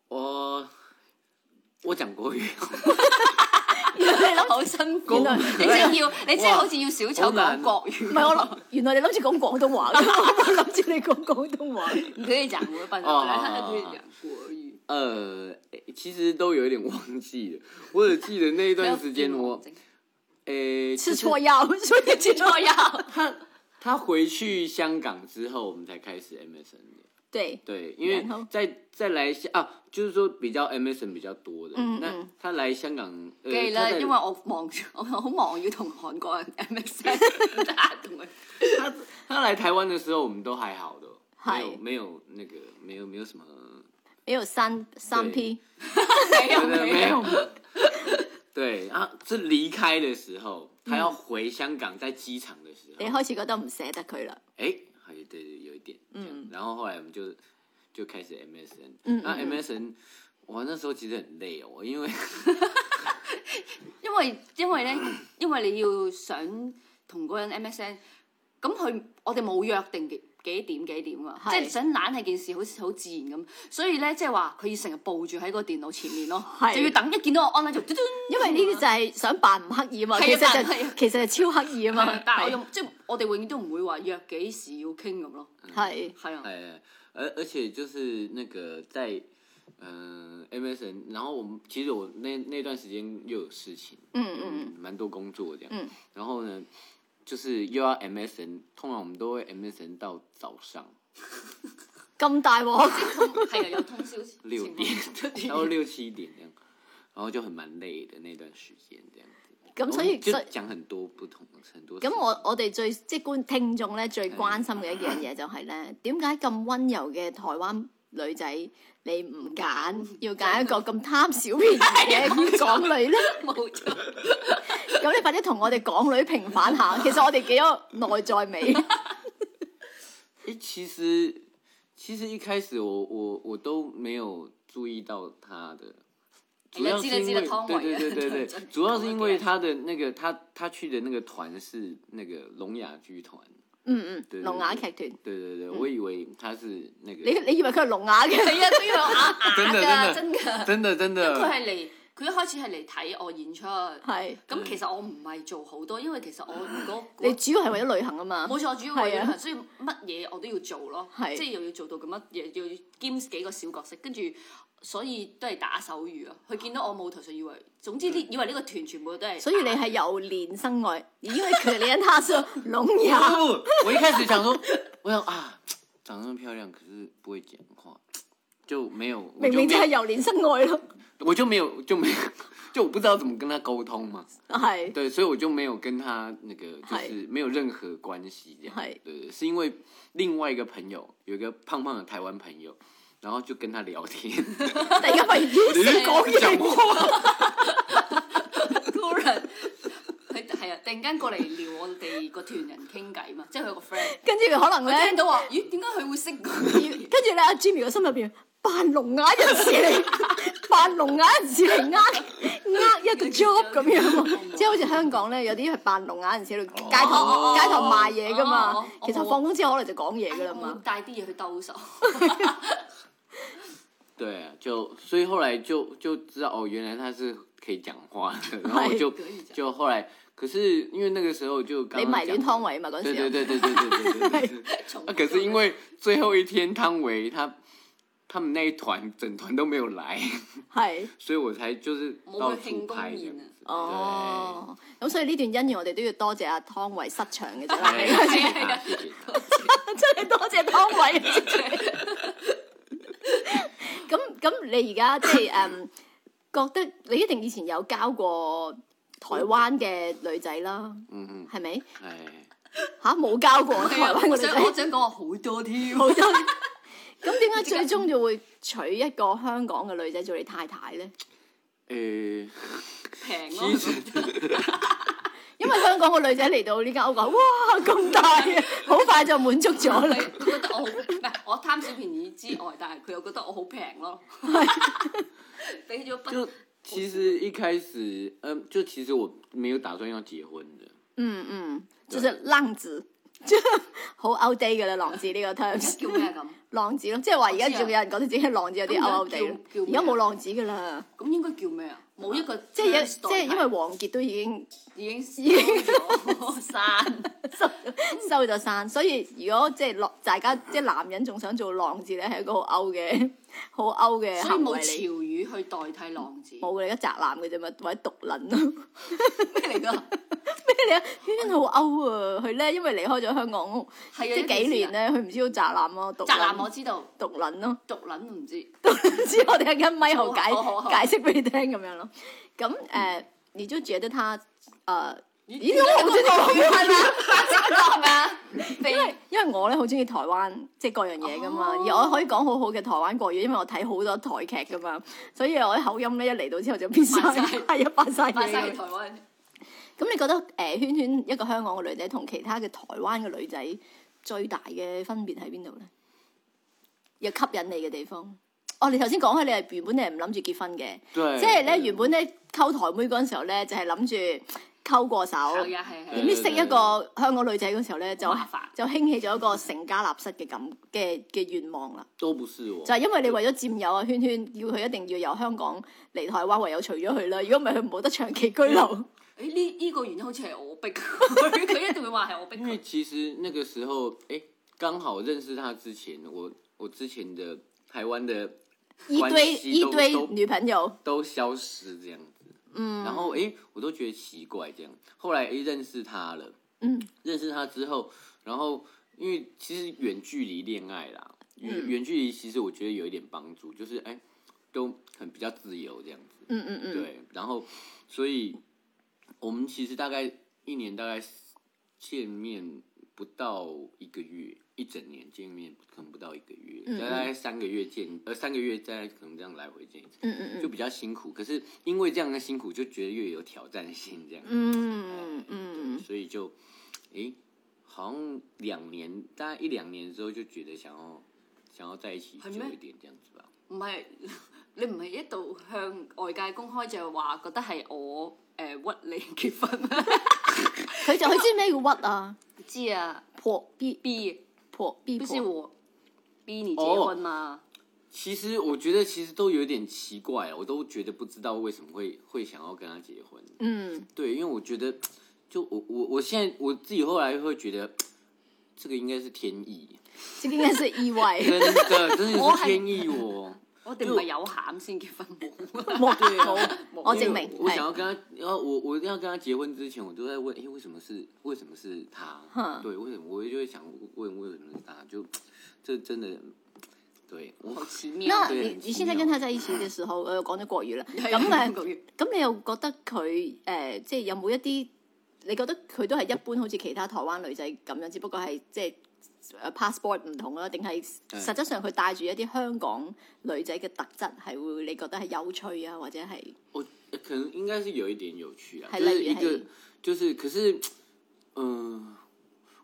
我我講國語，
原來你諗
好辛苦，
原來
你真係要，你真係好似要小丑
好難
講國語，
唔係我諗， 原來你諗住講廣東 話嘅，我冇諗住你講廣東話。
你可以講國語，本
哦
來他可以講國語。
呃，其實都有一點忘記了。我只記得那一段時間我，誒、
吃錯藥，所 以吃錯藥。
呃他他回去香港之後，我們才開始 MSN 的。
對，
对，因为
然后
再再来香啊，就是说比较 MSN 比较多的，
嗯
那
嗯
他來香港，呃
記
他
啦，
在
因為我忙 住，我好忙要同韓國人 MSN 得閒同佢。
他他来台灣的時候，我們都還好的，
嗨
沒有沒有那個沒有沒有什麼，
沒有三三 P，
沒有
對
沒
沒
有
有，对啊，是離開的時候，他
嗯
要回香港，在機場的
哦
時候，
你開始覺得唔捨得佢啦。
哎，好像对对有一点，嗯，然后后来我们就就开始 MSN，
嗯
那
嗯
MSN，我那时候其实很累哦，因为
因為因為咧，因為你要想同嗰個人 MSN，咁佢我哋冇約定幾幾點幾點啊，
係
即係想懶係件事好似好自然咁，所以咧即係話佢要成日抱住喺個電腦前面咯，
係
就要等一見到我 online 就嘟嘟，
因為呢啲就係想扮唔刻意嘛，
係啊
其實
扮係
就
啊
其實係超刻意啊嘛。
但係我
係
用即係我哋永遠都唔會話約幾時要傾咁咯，
嗯係
係啊，
呃，而而且就是那个在嗯、呃 MSN，然后我们其实我那那段时间又有事情，
嗯
嗯，蛮多工作这样，
嗯，
然后呢，就是又要 MSN，通常我们都会 MSN 到早上
咁大鑊，
係啊，有通宵
六
情況
点，然后六七点这样，然后就很蛮累的那段时间这样子。
咁所以
就
所以
讲很多不同很多事情。
咁我我哋最即係觀聽眾咧最關心嘅一樣嘢就係咧，點解咁温柔嘅台灣女仔你唔揀，要揀一個咁貪小便宜嘅港女咧？
嗯啊冇錯。
咁你快啲同我哋港女平 反下，其實我哋幾有內在美。
诶其实其实一开始我我我都没有注意到他的，主要是
记得记
因
得
为
汤唯
对对对对
真
对
的，
主要是因为他的那个他他去的那个团是那个聋哑剧团，
嗯嗯，
對對對
聾啞劇團，
对对对，我以为他是那个
你你以為佢係聾啞嘅？
係啊，佢要啞
真的
啞㗎，真
真
㗎。
真的真
佢
的，
係嚟，佢一開始係嚟睇我演出。咁
係
其實我唔係做好多，因為其實我 如果
嗯你主要係為咗旅行啊嘛。
冇錯，主要我要行，所以乜嘢我都要做咯，
係
即係又要做到咁乜嘢，又要兼幾個小角色，跟住所以都係打手語啊。佢見到我冇頭就以為，總之呢以為呢個團全部都係打，
嗯所以 你係由憐生愛，因為可憐他是聾 啞。
不不不我一开始想说，我想啊，长那么漂亮，可是不会讲话，就没有，我
明
就
明
没
就係
有，
由憐生愛咯，
我就没有就没有，就我不知道怎么跟他沟通嘛。
係
对，所以我就没有跟他那个，就
嗨
是没有任何关系这样。
嗨
对对，是因为另外一个朋友，有一个胖胖的台湾朋友，然后就跟他 聊天，
突然間發現咦識
啊
講
我就
嘢
讲。话，
突然佢係啊，突然間過嚟撩我哋個團人傾偈嘛，即係佢有個 friend，
跟住佢可能
佢
咧
聽，到話，咦點解佢會識
要
講
跟 住咧，阿 Jimmy 個心入邊扮聾啞人士 嚟，扮聾啞人士嚟呃呃一個 job 咁樣喎，即係好似香港咧有啲係扮聾啞人士喺度街頭
哦
街頭賣嘢噶
哦
嘛
哦，
其實放工之後可能就講嘢噶啦
哎我
嘛，
帶啲嘢去兜售，
对啊，就所以后来就就知道哦，原来他是可以讲话 的，然后我就
可以讲
就后来，可是因为那个时候就刚
你迷
刚
戀
讲
湯唯嘛嗰陣
对
時候
对。对对对对对对 对对。
重
啊，可是 因為最後一天汤唯他他們那一團整團都沒有來，
係
所以我才就是
冇
到
去慶
處
功
拍這
宴
樣
啊
子。
哦，咁所以呢段姻緣我哋都要多謝阿湯唯失場嘅啫
對，
啦，
哎
係啊
謝謝
係啊
他，謝謝他。
真係 多謝湯唯。咁咁，你而家 即係誒，覺得你一定以前有交過台灣嘅女仔啦，
嗯嗯，
係咪？
哎，
吓，冇交過台
係啊
灣嘅
我
女
想我
仔，
想講我好多添，
好多。 咁點解最終就會娶一個香港嘅女仔做你太太咧？
誒，
平
呃其
咯。
實
因為香港嘅女仔嚟到呢間屋話：哇，咁大啊，好快就滿足 咗啦。
佢覺得我好唔係我貪小便宜之外，但係佢又覺得我好平咯，俾咗筆
就其實一開始，嗯，就其實我沒有打算要結婚的。
嗯嗯，就是浪子， 即係好 out date 嘅啦，浪子呢個 terms。
叫咩啊咁？
浪子咯，即係話而家仲有人覺得自己係浪子，有啲勾勾地咯。
啊咁
而
而家叫啊
家冇浪子噶啦，
咁應該叫咩啊？冇一個即
即係有即係因為王傑都已經
已經燒咗山，
收收咗山，所以如果即係浪大家即係男人仲想做浪子咧，係一個好勾嘅 好勾嘅
所以
行
冇
為
潮
嚟。
語去代替浪子。
冇嘅，你而家宅男嘅啫嘛，或者毒撚咯。 咩
咩嚟㗎？
你啊？圈好勾啊！佢咧，因為離開咗香港，
係啊，
即係幾年咧，佢唔知道宅男咯，毒
呢件事啊？宅男
撚
我知道，
毒撚咯。
毒撚唔知。
不知我哋跟咪後解
好好好
解釋俾你聽咁樣咯。咁誒、呃你就覺得他誒，呃
咦
咦、我好中意台灣啦，
係咪啊？
因為因為我咧好中意台灣即係各樣嘢噶嘛，
哦
而我可以講好好嘅台灣國語，因為我睇好多台劇噶嘛，所以我啲口音咧一嚟到之後就變晒，
扮晒
係啊扮晒
發晒
嘢
去。台灣，
咁你覺得誒、呃圈圈一個香港嘅女仔同其他嘅台灣嘅女仔最大嘅分別喺邊度咧？有吸引你嘅地方？哦，你頭先講開你係原本你係唔諗住結婚嘅。
對，
即係咧，原本咧溝台妹嗰陣時候咧，就係諗住溝過
係
手，
啊嗯係啊係
點
啊
知識一個香港女仔嗰時候咧，就
麻煩
就興起咗一個成家立室嘅感嘅嘅願望啦。
都不是我
就，係因為你為咗佔有啊圈圈，要佢一定要由香港嚟台灣，唯有除咗佢啦。如果唔係，佢冇得長期居留。
誒呢呢個原因好似係我逼佢，佢一定會話係我逼
因為
佢。
其實那個時候，哎，剛好認識他之前，我我之前的台灣的
一
關
堆
係
一
都
堆
都
女朋友，
都消失这样子。嗯，然后诶，我都觉得奇怪这样。后来诶，认识他了，
嗯，
认识他之后，然后因为其实远距离恋爱啦，远
嗯
远距离其实我觉得有一点帮助，就是哎，都很比较自由这样子。
嗯嗯嗯，
对，然后所以我们其实大概一年大概见面不到一个月，一整年见面可能不到一个月，
嗯嗯
大概三个月见，呃，三个月再可能这样来回见一次，
嗯嗯
就
嗯
比较辛苦。可是因为这样的辛苦，就觉得越有挑战性，这样，
嗯嗯
所以就，诶，好像两年，大概一两年之后就觉得想要想要在一起久
係咩
一点这样子吧。
唔係 你唔係一度向外界公開就係話覺得係我誒、屈你結婚咩？
佢就佢知咩叫屈啊？
知啊
婆逼
，B 哦
婆逼
不是
婆，
我逼你結婚嘛？
其实我觉得其实都有点奇怪，哦我都觉得不知道为什么会会想要跟他结婚。
嗯
对，因为我觉得，就我我我现在我自己后来会觉得，这个应该是天意，
这个应该是意外，
真的真
我
的是
係
天意我。
我哋唔係有餡先結婚 冇啊
冇冇，我證明
因為我
係
想要跟他，然后我我要跟他结婚之前，我都在问，哎、为什么是为什么是他
哼？
对，为什么我就会想问为什么是他？就这真的，对我
好奇妙
那
啊。
對
你
很奇
你現在
妙
跟他在一起嘅時候，誒講咗國語啦，
係
咁誒
五個月
咁你又覺得佢誒、呃即係有冇一啲？你覺得佢都係一般，好似其他台灣女仔咁樣，只不過係即係呃 passport 唔同啦，定係
嗯
實質上佢帶住一啲香港女仔嘅特質，係會你覺得係有趣啊，或者係
我呃可能应该是有一点有趣啊，
还
就是
类
一
还
个就是，可是，嗯、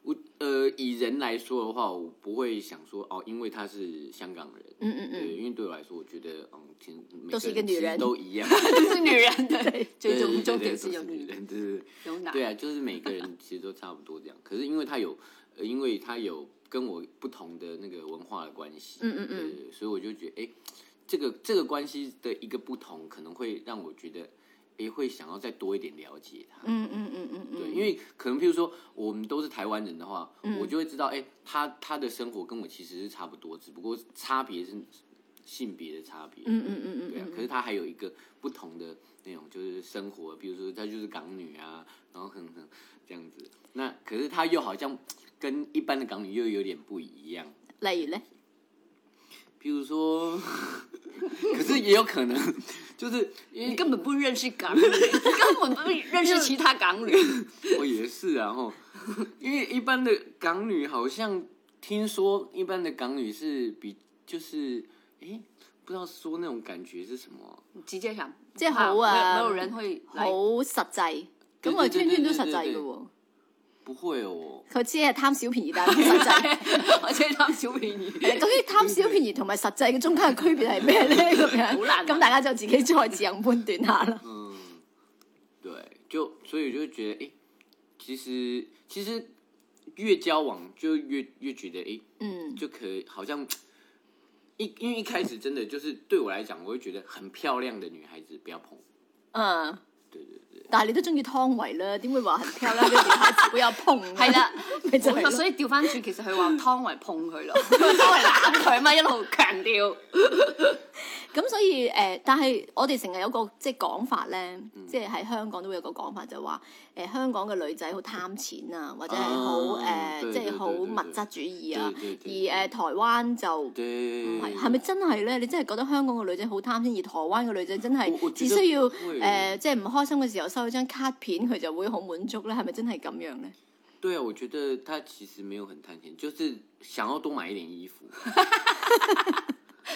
我呃以人来说的话，我不会想说哦，因为他是香港人，
嗯嗯
对，
嗯，
因为对我来说，我觉得嗯，其实每
都是一
人
个女
其实
人
都一样，
都是女人對，最
对对
終
对
終
对
點是
都是
有
女
女
人，对对对。
有男。
对啊，就是每个人其实都差不多这样。可是因为他有，呃因为他有跟我不同的那个文化的关系，
嗯嗯嗯
对对对所以我就觉得，哎、这个这个关系的一个不同，可能会让我觉得，哎、会想要再多一点了解他。
嗯嗯嗯嗯嗯，
对，因为可能譬如说我们都是台湾人的话，我就会知道，哎、他他的生活跟我其实是差不多，只不过差别是性别的差别。
嗯嗯嗯嗯
对啊，可是他还有一个不同的那种，就是生活，比如说他就是港女啊，然后很很这样子。那可是他又好像跟一般的港女又有点不一样，
例如咧，
比如说， 可是也有可能就是因
你
为
根本不認識 港女，你根本不認識其他港女。
我也是啊，吼，因为一般的港女好像听说一般的港女是比就是诶，不知道说那种感觉是什么，
直接想，
即係好啊
沒有沒有人會
好 實際，咁
對
我哋
對
圈
對
圈都
對
實
對
際嘅
對
喎，
不会哦，
佢只係貪小便宜，但係唔 實際。
或者貪小便宜。
究竟貪小便宜同埋實際嘅中間嘅區別係咩咧？咁樣
好難啊
咁大家就自己再自行判斷下啦。
嗯，对，就所以就觉得诶，其实其实越交往就越越觉得诶，
嗯
就可以好像。一因为一开始真的就是对我来讲，我会觉得很漂亮的女孩子不要碰，
嗯，
对对对，
但係你都中意湯唯啦，點會話很漂亮嘅女孩子會有碰啊？
係啦， 哦
咪就係咯
所以調翻轉，其實佢話湯唯碰佢咯， 湯唯攬佢嘛，一路強調。
咁所以誒、呃但係我哋成日有個即係講法咧，即係喺香港都會有個講法就話誒、呃香港嘅女仔好貪錢啊，或者係好
啊
誒
對
即
對
係好
對對
物質主義啊，
對對
而
對
誒、呃台灣就唔
对，
係係咪真係咧？你真係覺得香港嘅女仔好貪錢，而台灣嘅女仔真
我我
係
覺
只
得
需要
會
誒、呃即係唔開心嘅時候收咗張卡片，佢就會好滿足咧？係咪真係咁樣咧？
对啊，我觉得他其实没有很贪钱，就是想要多买一点衣服。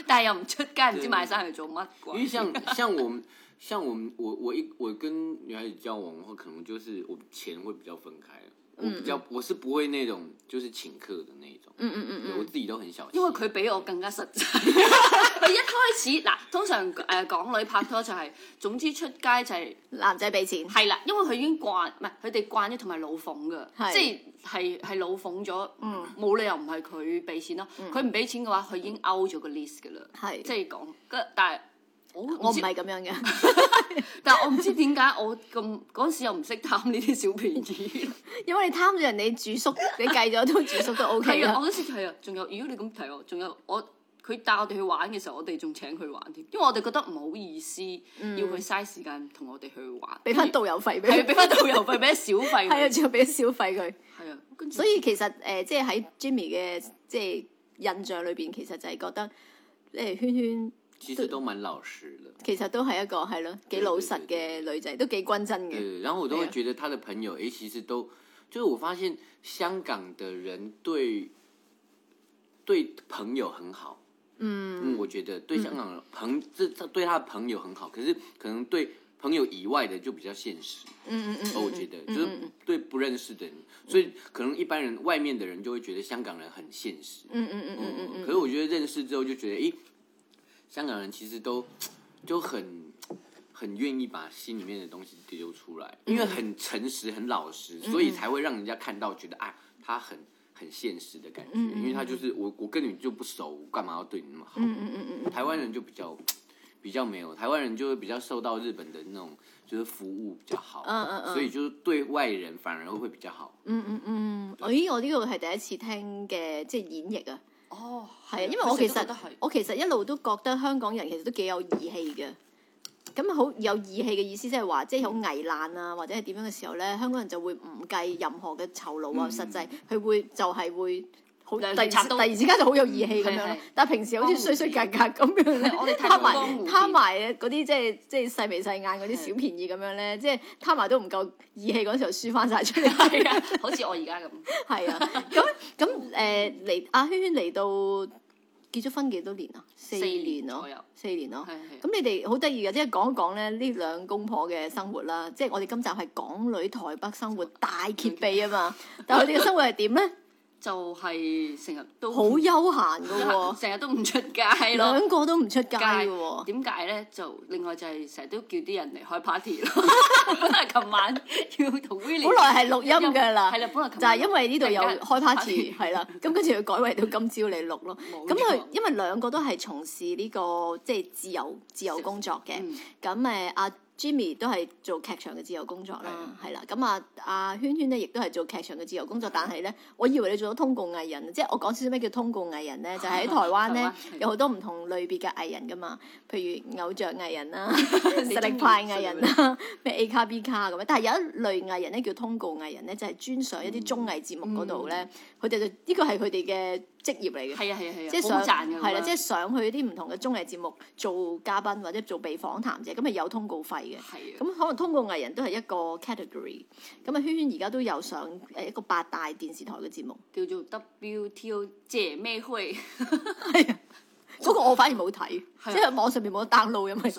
但係又唔出街，唔知買衫去做乜
因为
鬼。
像像我们，像我们，我我一我跟女孩子交往的话，可能就是我钱会比较分开，我比较我是不会那种就是请客的那种，
嗯嗯嗯嗯
对我自己都很小心。
因為佢比我更加實 際。佢一開始嗱，通常誒、呃港女拍拖就係、總之出街就係、
男仔俾錢，
係啦，因為佢已經慣，唔係佢哋慣咗同埋老奉
係嗯
嘅，即係係係老奉咗，冇理由唔係佢俾錢咯。佢唔俾錢嘅話，佢已經 out 咗個 list 嘅啦，
係
即係講，跟但係 我
我唔
知
係咁樣嘅。
但我唔知點解我咁嗰陣時又唔識貪呢啲小便 宜。
因為你貪咗人哋 住宿，你計咗都住宿都 O K
係啊，
啦。
我嗰時係啊，仲有如果你咁睇我，仲有我佢帶我哋去玩嘅時候，我哋仲請佢玩添，因為我哋覺得唔好意思，要佢嘥時間同我哋去玩，
嗯俾翻導遊費俾
係啊
佢，
俾翻導遊費，俾小費，
係啊，仲要俾小費佢。
係啊，跟住
所以其實誒、呃即係喺 Jimmy 嘅即係印象裏邊，其實就係覺得誒、圈圈
其实都蛮老实的。
其實都係一個係咯幾老實嘅女仔，都幾均真嘅。
对，然后我都
对
会
啊
觉得他的朋友，诶，其实都就是我发现香港的人对对朋友很好，嗯我觉得对香港人朋这他对他的朋友很好，可是可能对朋友以外的就比较现实，哦
嗯嗯嗯
我觉得就是对不认识的人，所以可能一般人外面的人就会觉得香港人很现实，
嗯嗯嗯嗯嗯
可是我觉得认识之后就觉得，诶，香港人其实都就很很愿意把心里面的东西丢出来，
嗯
因为很诚实、很老实，所以才会让人家看到觉得啊，他很很现实的感觉，
嗯
因为他就是我我跟你就不熟，我干嘛要对你那么好？
嗯嗯嗯嗯，
台湾人就比较比较没有，台湾人就会比较受到日本的那种就是服务比较好，
嗯嗯嗯
所以就是对外人反而会比较好。
嗯，咦，我呢個係第一次聽嘅，即係演繹啊，
哦，
係啊，因為我其
實
實我其實一路都覺得香港人其實都幾有義氣嘅。咁好有義氣嘅意思，即係話，即係好危難啊，或者係點樣嘅時候咧，香港人就會唔計任何嘅酬勞啊、
嗯
實際，佢會就係會好突
兩
然
肋
之
插
突
刀嗯
然之間就好有義氣咁樣
係
咯
係。
但係平時好似衰衰格格咁樣咧，
我哋睇
貪
過江湖
埋
片
貪埋嗰啲即係即係細眉細眼嗰啲小便宜咁樣咧，即係貪埋都唔夠義氣嗰時候輸翻晒出嚟。
係 啊，好似我而家咁，
係啊，咁咁誒嚟阿圈圈嚟到結咗婚幾多年啊？四
四年
年咯
左右，
四年咯。
係係。
咁你哋好得意嘅，即係講一講咧呢兩公婆嘅生活啦。即係我哋今集係港女台北生活大揭秘啊 嘛。但係佢哋嘅生活係點咧？
就係成日都
好休閒嘅 喎，
成日都唔出街咯。
兩個都唔出街嘅
街
喎。
點解咧？就另外就係成日都叫啲人嚟開 party 咯。本來琴晚要同 Willie，
本來係錄音㗎啦
係啦，本來琴晚
就係因為呢度有
突然間
開 party 係啦，咁跟住佢改為到今朝嚟錄咯。
冇
咁佢
錯
因為兩個都係從事呢、個即係自由自由工作嘅，
嗯
咁誒阿 Jimmy 都係做劇場嘅自由工作
嗯
啦，係啦，咁啊阿圈圈咧亦都係做劇場嘅自由工作，但係
嗯
咧，我以為你做咗通告藝人，啊即係我講少少咩叫通告藝人 咧，就係喺台灣
台
咧
灣係
有好多唔同類別嘅藝人噶嘛，譬如偶像藝人 啦、
你
實
中
力
意
派藝人啦、咩 A 卡 B 卡咁樣，但係有一類藝人咧叫通告藝人咧，就係專上
嗯
一啲綜藝節目嗰度咧，佢哋就呢個係佢哋嘅職業嚟嘅。
係啊係啊係啊，
即係
好
上
賺㗎，
係啦，即係
係
上去啲唔同嘅綜藝節目做嘉賓或者做被訪談者，咁咪有通告費嘅。
係啊，
咁可能通告藝人都係一個 category，咁啊圈圈而家都有上誒一個八大電視台嘅節目，
叫做 WTO 姐妹會。
嗰個我反而冇睇，
係啊
即係網上面冇得 download 因為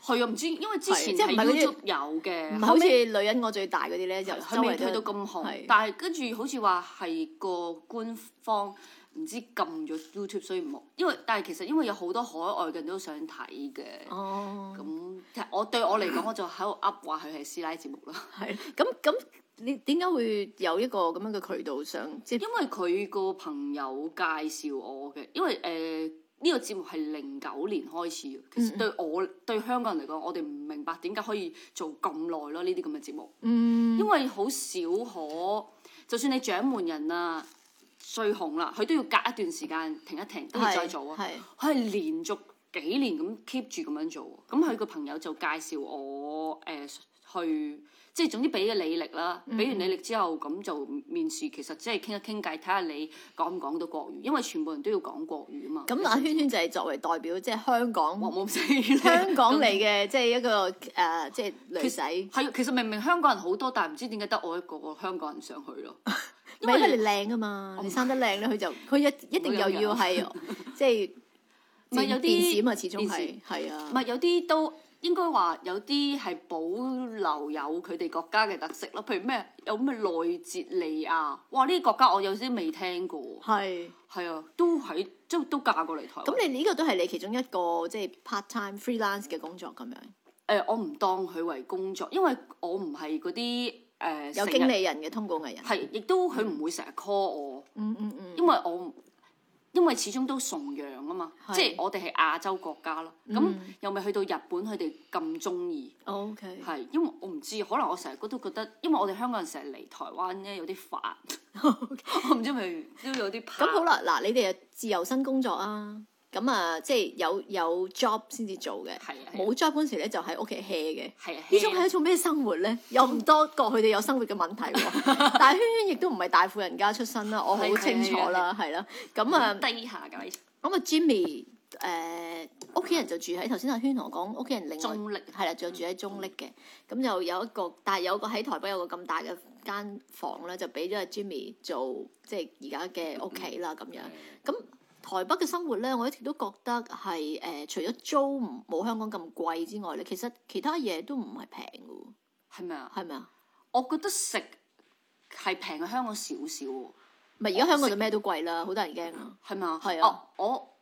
係啊，唔知因為之前
係即係
係
唔係嗰啲
YouTube 有嘅，
唔係
後
好似
尾
女人我最大嗰啲咧，就
佢
周
未
圍
推到
都
咁紅
係，
但係跟住好似話係個官方唔知禁咗 YouTube，所以冇。因為但係其實因為有好多海外嘅人都想睇嘅，
哦，
咁其實我對我嚟講，我就喺度噏話佢係師奶節目 啦。
係咁咁，你點解會有一個咁樣嘅渠道上即係
因為佢個朋友介紹我嘅，因為誒呢、個節目係零九年開始嘅，
嗯
其實對我對香港人嚟講，我哋唔明白點解可以做咁耐咯呢啲咁嘅節目。
嗯
因為好少可，就算你掌門人啊最紅啦，佢都要隔一段時間停一停，跟住再做啊。
係
佢係連續幾年咁 keep 住咁樣做喎，咁佢個朋友就介紹我誒、呃去，即係總之俾嘅履歷啦，
嗯
俾完履歷之後咁就面試，其實即係傾一傾偈，睇下你講唔講到國語，因為全部人都要講國語啊嘛。
咁阿圈圈就係作為代表即係香港
我冇死你
香港嚟嘅，即係一個誒，即係女仔，唔
係啊其實明明香港人好多，但係唔知點解得我一個香港人上去咯。
係因為你靚啊嘛，你生得靚咧，佢就佢一一定又要係 即係
唔係有啲
電視啊嘛，始終
電視
係係啊
唔，係有啲都應該話有啲係保留有佢哋國家嘅特色咯，譬如咩有咩內捷利亞，哇！呢啲國家我有啲未聽過，
係。
係啊，都喺即係都嫁過嚟台灣。
咁你呢個都係你其中一個即係 part time freelance 嘅工作咁樣，
誒、我唔當佢為工作，因為我唔係嗰啲誒
有經，理人嘅通告藝人
成。日係亦都佢唔會成日 call 我，
嗯嗯嗯，
因為我唔因為始終都崇洋啊嘛，
係
即係我哋係亞洲國家咯，咁、
嗯
又未去到日本佢哋咁中意。
O K。
係，因為我唔知，可能我成日都覺得，因為我哋香港人成日嚟台灣咧，有啲煩。我唔知係咪都有啲怕。
咁好啦，嗱，你哋啊自由身工作啊，咁啊即係有有 job 先至做嘅
係啊，係啊
冇 job 嗰時咧就喺屋企 hea 嘅。
係啊，
呢種係一
係
種咩生活咧？又唔多過佢哋有生活嘅問題喎。但係圈圈亦都唔係大富人家出身啦，我好清楚啦，係啦。咁啊，
低下㗎。
咁啊，Jimmy 誒屋企人就住喺頭先阿軒同我講，屋企人另外
中力
係啦，就住喺中瀝嘅，咁就有一個，但係有個喺台北有個咁大嘅間房咧，就俾咗阿 Jimmy 做即係而家嘅屋企啦咁樣。
哎嗯
咁台北嘅生活咧，我一直都覺得係誒、呃除咗租唔冇香港咁貴之外咧，其實其他嘢都唔係平嘅
係咪啊
喎，？係咪啊？
我覺得食係平喺香港少少喎，
咪而家香港就咩都貴啦，好多人驚啊！
係咪啊？
係啊
哦我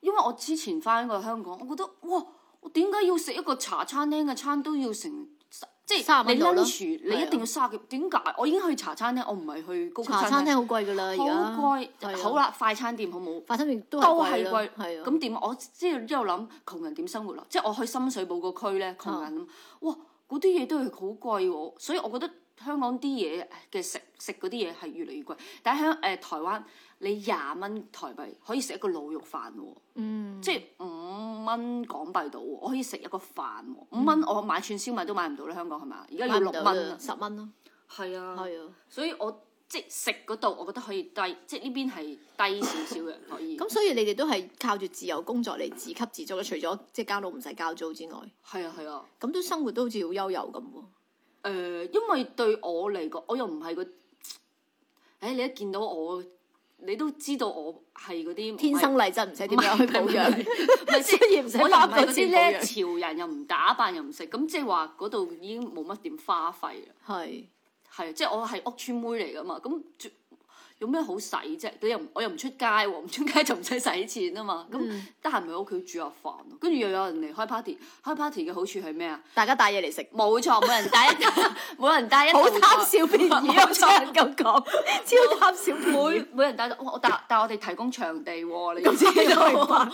因為我之前翻過香港，我覺得哇，我點解要食一個茶餐廳嘅餐都要成即
30
係
蚊
你
度咯啊
lunch 你一定要卅幾？點解？我已經去茶餐廳，我唔係去高級
茶餐廳好貴㗎啦，而家
好貴。
係啊
好啦，快餐店好冇？
快餐店都
都
係
哦係
貴啦
貴，，
係啊。
咁點？我即係一路諗窮人點生活啦。即係我去深水埗個區咧，窮人哇，嗰啲嘢都係好貴喎。所以我覺得香港啲嘢嘅食食嗰啲嘢係越嚟越貴。但係喺誒台灣，你廿蚊台幣可以食一個滷肉飯喎，
嗯，
即係五蚊港幣到喎，我可以食一個飯喎。五蚊我買串燒賣都買唔到啦，香港係咪啊？而家要
嗯買唔
六
到
蚊
啦
啊，
十蚊咯，
係啊，
係啊。
所以我即係食嗰度，我覺得可以低，即係呢邊係低少少嘅可以。
咁所以你哋都係靠住自由工作嚟自給自足嘅，除咗即係交到唔使交租之外，
係啊係啊。
咁都生活都好似好悠遊咁喎。
誒、呃因為對我嚟講，我又唔係個，誒、你一見到我，你都知道我係嗰啲
天生麗質唔使點樣去保
唔係
養，
唔 係即
所以唔使
我又
花
唔
咁
係
多
嗰啲
錢保
咧
養。
潮人又唔打扮又唔食，咁即係話嗰度已經冇乜點花費啦。
係
係，啊即係我係屋村妹嚟噶嘛，咁最有咩好使啫？你又唔我又唔出街喎，唔出街就唔使使錢啊嘛。咁
嗯
得閒咪喺屋企煮下飯咯，跟住又有人嚟開 party，開 party 嘅好處係咩啊？
大家帶嘢嚟食，
冇錯，每人帶一 每人帶一
好
道
貪
菜
小便宜，啊
冇錯
我只能咁講，超貪小便
每
宜。
每人帶到，哇我但但我哋提供場地喎，你
咁先
知道
可以辦
喎，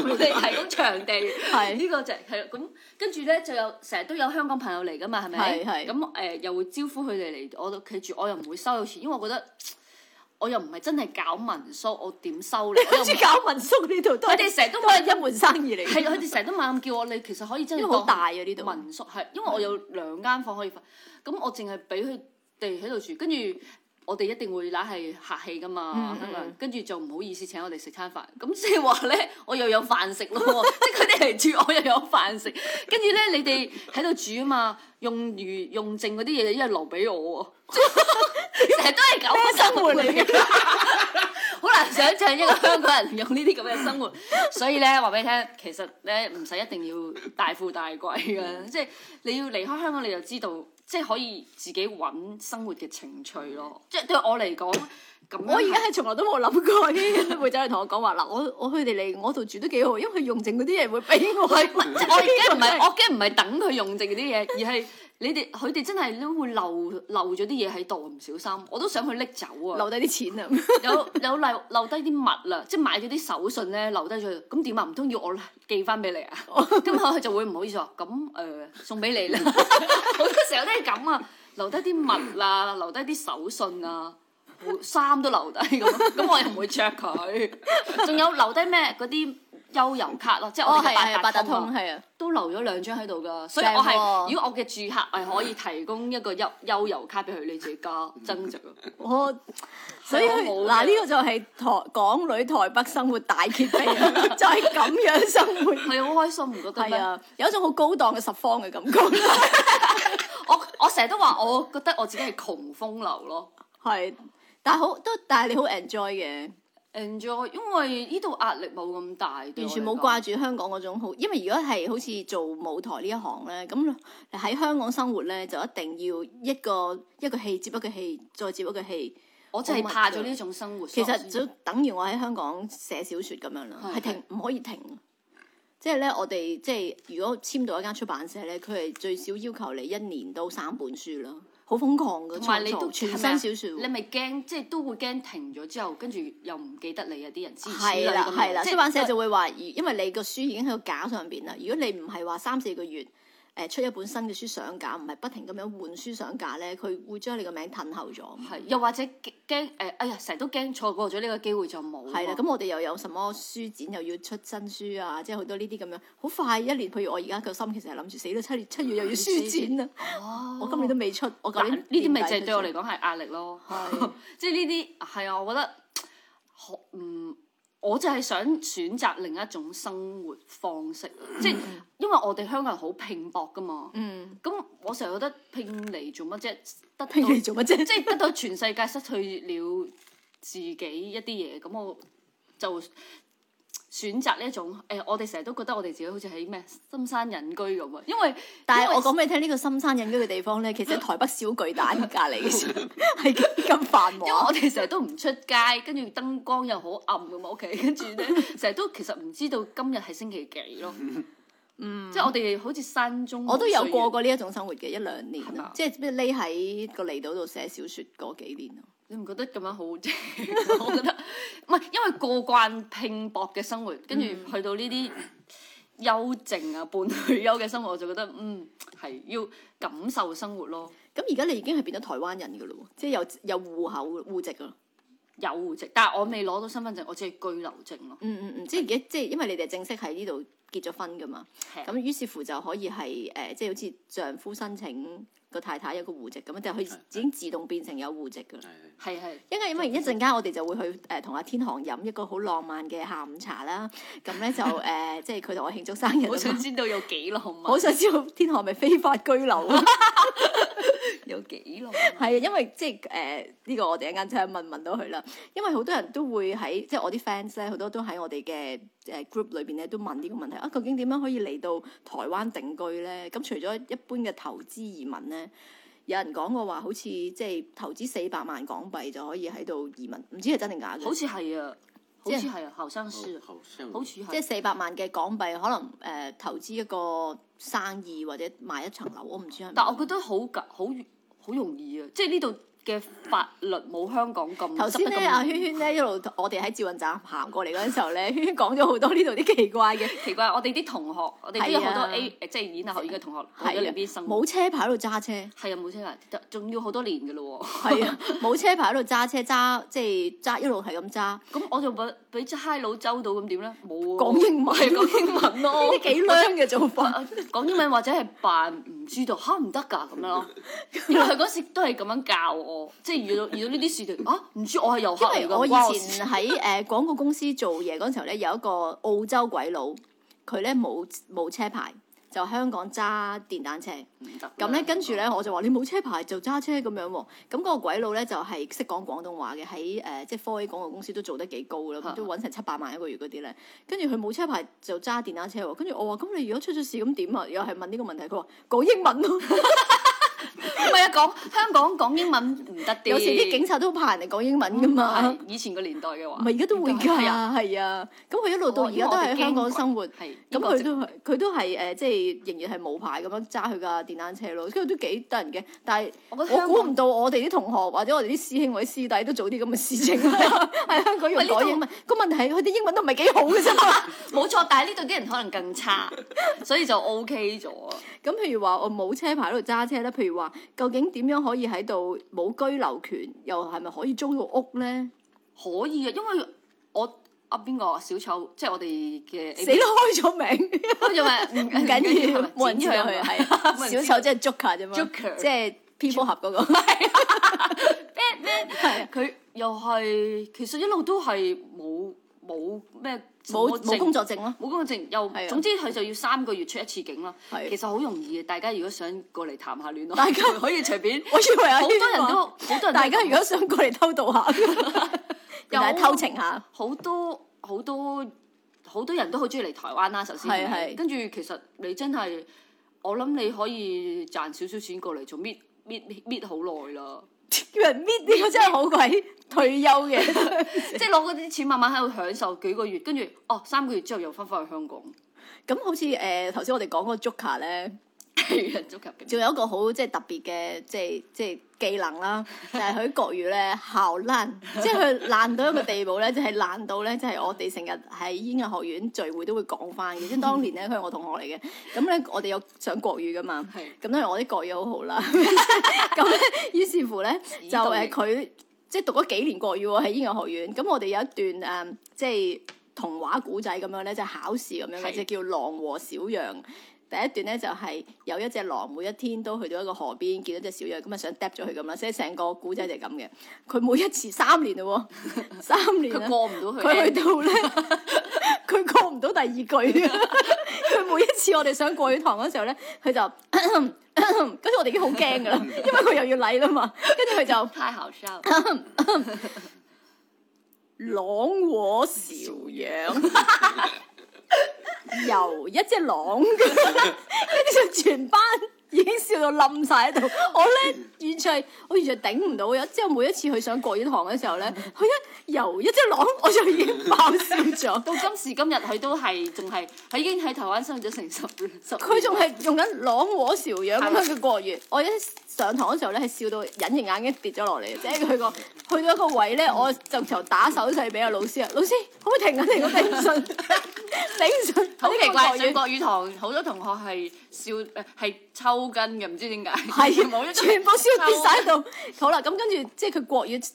我哋提供場地，
係
呢個就係係啦咁，跟住咧就有成日都有香港朋友嚟噶嘛，係咪？
係係
咁誒又會招呼佢哋嚟我屋企住，我又唔會收佢錢，因為我覺得我又唔係真係搞民宿，我點收你？我又
跟
唔
住搞民宿呢度都係
佢哋成日都
都係一門生意嚟
係
嘅，
佢哋成日都猛咁叫我，你其實可以真係
因為好
當
大啊呢度
民宿係，因為我有兩間房可以瞓，咁我淨係俾佢哋喺度住，跟住我哋一定會嗱係客氣噶嘛
嗯，
香港
嗯
人，跟住就唔好意思請我哋食餐飯，咁即係 話咧，我又有飯食咯喎， 即係佢哋嚟住，我又有飯食，跟住咧你哋喺度煮啊嘛，用餘用剩嗰啲嘢一係留俾我喎。 成日都係咁啊嘅生活嚟嘅，好難想象一個香港人用呢啲咁嘅生活。 所以咧，話俾你聽，其實咧唔使一定要大富大貴嘅，即係你要離開香港，你就知道，即係可以自己揾生活嘅情趣咯。即係對我嚟講，咁樣
我而家係從來都冇諗過啲妹仔嚟同我講話嗱，我我佢哋嚟我度住都幾好，因為佢用剩嗰啲嘢會俾我。
即係我而家唔係，我驚唔係等佢用剩嗰啲嘢，而 係你哋佢哋真係都會漏漏咗啲嘢喺度，唔小心，我都想去拎走啊！
留低啲錢啊！
有 有留留低啲物啦，即係買咗啲手信咧，留低咗，咁點啊？唔通要我寄翻俾你啊？ 咁佢就會唔好意思話，咁誒、呃送俾 你啦。好多時候都係咁啊，留低啲物啦，留低啲手信啊，好衫都留低咁，啊咁我又唔會着佢。仲有留低咩嗰啲悠遊卡哦咯，即係我 哋嘅八達通啊
係啊，
都留咗兩張喺度噶，所以
正
我係
喎
如果我嘅住客係可以提供一個悠悠遊卡俾佢，你自己加增值啊。
我所以佢
啊我冇嘅
嗱呢個就係台港女台北生活大揭秘 啊，就係咁樣生活。
係好開心，唔覺得
係
咩？
啊，有一種好高檔嘅拾荒嘅感 覺。
我我成日都話，我覺得我自己係窮風流咯
係，但係好都，但係你好 enjoy 嘅，
，enjoy，因為呢度壓力冇咁大，
完
完
全冇掛住香港嗰種好。因為如果係好似做舞台呢一行咧，咁喺香港生活咧，就一定要一個一個戲接一個戲，再接一個戲。
我真係怕咗呢種生活。
其
所以
實就等於我喺香港寫小説咁樣啦，
係
係停唔可以停。即係咧，我哋即係如果簽到一間出版社咧，佢係最少要求你一年都三本書啦，好瘋狂嘅
同埋你
創作
都
全
係咪啊
新小説
你咪驚，即係都會驚停咗之後，跟住又唔記得你有啲人支持你
係啦，係啦，出版社就
會
會話，因為你個書已經喺個架上邊啦。如果你唔係話三四個月誒、出一本新嘅書上架，唔係不停咁樣換書上架咧，佢會將你個名褪後咗。
係，又或者驚誒，哎呀，成日都驚錯過咗呢個機會就冇。
係啦，咁我哋又有什麼書展又要出新書啊，即係好多呢啲咁樣，好快一年。譬如我而家個心其實係諗住死啦，七月 七月又要書展啦，
哦
我今年都未出，我舊
嗱
年
呢啲咪就
年
係
底
對我
出
嚟 講係壓力咯。啊
係
即係呢啲係啊，我覺得學唔、我就係想選擇另一種生活方式，啊即係因為我哋香港人好拼搏噶嘛。
嗯，
咁我成日覺得拼嚟做乜啫？得到
拼嚟做乜啫？
即係得到全世界失去了自己一啲嘢，咁我就選擇呢一種誒、我哋成日都覺得我哋自己好似喺咩深山隱居咁啊，因為
但
因
係
為
我講俾你聽，呢、個深山隱居嘅地方咧，其實喺台北小巨蛋隔離嘅啫， 係咁繁
因為我
華。
哋成日都唔出街，跟住燈光又好暗咁啊屋企，跟住咧成日都其實唔知道今日係星期幾咯。嗯，即係我哋好似山中
我都有
歲月
過，過呢一種生活嘅一兩年
係嘛，
即係匿喺個離島度寫小説嗰幾年咯。
你唔覺得咁樣好正？ 我覺得唔係，因為過慣拼搏嘅生活，跟住去到呢啲休靜啊、半退休嘅生活，我就覺得嗯係要感受生活咯。
咁而家你已經係變咗台灣人㗎咯喎，即係有有户口户籍啊㗎。
有戶籍，但係我未攞到身份證，我只係居留證咯。
嗯嗯嗯，即係而家即係因為你哋正式喺呢度結咗婚㗎嘛。
係
咁於是乎就可以係誒、呃即係好似丈夫申請個太太有個户籍咁樣，就佢已經自動變成有户籍噶啦。
係
係係。
因為因為一陣間我哋就會去誒同阿天航飲一個好浪漫嘅下午茶啦，咁咧就誒、呃即係佢同我慶祝生日啊
好想
嘛，
知道有幾浪漫，
好想知道天航係咪非法居留啊？
有幾浪漫。
係啊，因為即係誒呢個我哋一間真係問問到佢啦，因為好多人都會喺即係我啲 fans 咧，好多都喺我哋嘅誒 group 裏邊咧都問呢個問題啊，究竟點樣可以嚟到台灣定居咧？咁除咗一般嘅投資移民咧，有人講過話好似即係投資四百萬港幣就可以喺度移民，唔知係真哦定假嘅？
好似係啊，好
即係
似係啊，後生師啊，
好像
好似
即係
係。
四百萬嘅港幣，可能誒、呃投資一個生意或者買一層樓，我唔知係咪。
但我覺得好㗎，好好容易啊！即係呢度嘅法律冇香港咁
頭先
執得
咧，啊
咁
阿圈圈咧一路我哋喺捷運站行過嚟嗰陣時候 咧，圈圈講咗好多呢度啲奇怪嘅，
奇怪，我哋啲同學，我哋都有好多 A，即係演藝學院嘅同學過咗嚟邊生活，
啊冇車牌喺度揸車，
係啊冇車牌，仲要好多年嘅咯喎。
係啊，冇車牌喺度揸車揸，即係揸一路係咁揸，
咁我就俾俾隻嗨佬周到咁點咧？冇喎
講英文
係講英文咯，
呢啲幾啊僆嘅做 法。
講英文或者係扮唔知道吓唔得㗎咁樣 咯，因為佢嗰時都係咁樣教我，即係遇 到遇到呢啲事情啊，唔知我係遊客
因
嚟
為
㗎，
我以
關事
前喺誒廣告公司做嘢嗰陣時候咧，有一個澳洲鬼佬，佢咧冇冇車牌，就香港揸電單車。
唔得
咁咧，跟住咧，我就話你冇車牌就揸車咁樣喎。咁嗰個鬼佬咧就係識講廣東話嘅，喺誒、呃即係科 A 廣告公司都做得幾高啦，
啊
都揾成七百萬一個月嗰啲咧。跟住佢冇車牌就揸電單車喎。跟住我話：咁你如果出咗事咁點啊？又係問呢個問題，佢話講英 文咯。
唔係啊，講香港講英文唔得啲，
有時啲警察都怕人哋講英文噶嘛
嗯係。以前個年代嘅
唔
話
係，而家都會㗎，
係啊
係啊。咁佢一路到
哦
而家
因
都
為我
喺
哋
香港
驚
生活。
係
咁
英國
佢
籍
都係佢都係誒、呃即係仍然係冇牌咁樣揸佢架電單車咯，跟住都幾得人嘅。但係
我覺得
我
香港
估唔到我哋啲同學或者我哋啲師兄或者師弟都做啲咁嘅事情，啊 喺香港用
喂呢度
講英文。個問題係佢啲英文都唔係幾好嘅 啫嘛。
冇錯，但係呢度啲人可能更差， 所以就 O K 咗。
咁譬如話我冇車牌喺度揸車咧，譬如話究竟點樣可以喺度冇居留權，又係咪可以租到屋咧？
可以嘅，因為我阿邊個啊小丑，即係我哋嘅
死都開咗名，
咁就咪 唔
唔緊要，冇人知道
係咪剪咗
佢係啊
冇人
小
知
丑即係 Joker 啫嘛
Joker
即係蝙蝠俠嗰個。啊
係佢又係其實一路都係冇冇咩
冇
什麼
冇
證
工作證咯。
冇工作證，又
係啊
總之佢就要三個月出一次境咯。
係啊
其實好容易嘅，大家如果想過嚟談下戀愛，
大家
可以隨便。
我以為阿
好多人
軒話
都好 多人都
大家如
咁
果想過嚟偷渡下，又係偷情下，
好多好多好多人都好中意嚟台灣啦，首先
係
係咪
係
跟住其實你真係我諗你可以賺少少錢過嚟做搣搣搣好耐 啦，
叫人搣呢個真係好鬼退休嘅。
即係攞嗰啲錢慢慢喺度享受幾個月，跟住哦三個月之後又翻返去香港，
咁好似誒頭先我哋講嗰個 Joker 咧，
係人足球嘅。
仲有一個好即係特別嘅即係即係技能啦，就係佢國語咧校爛，即係佢爛到一個地步咧，就係爛到咧，即係我哋成日喺音樂學院聚會都會講翻嘅。即係當年咧，佢係我同學嚟嘅，咁咧我哋有上國語噶嘛。
係
咁當然我啲國語好好啦，咁咧於是乎咧就
動
誒佢即係讀咗幾年國語喎喺音樂學院，咁我哋有一段呃誒、嗯即係童話古仔咁樣咧，就係考試咁樣嘅，
係
即係叫《狼和小羊》第一段咧就係、有一隻狼，每一天都去到一個河邊，見到只小羊，咁啊想嗒咗佢咁啦，所以成個古仔就係咁嘅。佢每一次三年嘞喎，三年啊
佢
啦
過唔到
佢去
去。
到咧， 佢過唔到第二句 啊！佢每一次我哋想過去堂嗰時候咧，佢就跟住我哋已經好驚噶啦，因為佢又要嚟啦嘛，跟住佢就
太好 笑，
朗和小羊， 由一隻狼，跟住就全班。已經笑到冧晒喺度，我咧完全係我完全係頂唔到嘅。之後每一次佢上國語堂嘅時候咧，佢一由一隻狼，我就已經爆笑咗。
到今時今日佢都係仲係，佢已經喺台灣生活咗成十十。
佢仲係用緊朗和朝陽咁樣嘅國語，我一上堂嘅時候咧係笑到隱形眼鏡跌咗落嚟，即係佢個去到一個位
嗯
咧，我就就打手勢俾阿老師啊，老師可唔可以停一停，我頂唔順， 頂唔順，
好奇怪，上
呢個國語
國語堂好多同學係笑誒係抽筋嘅，唔知點解。 冇
係
一
全部笑跌晒喺度。好啦，咁跟住即係佢國語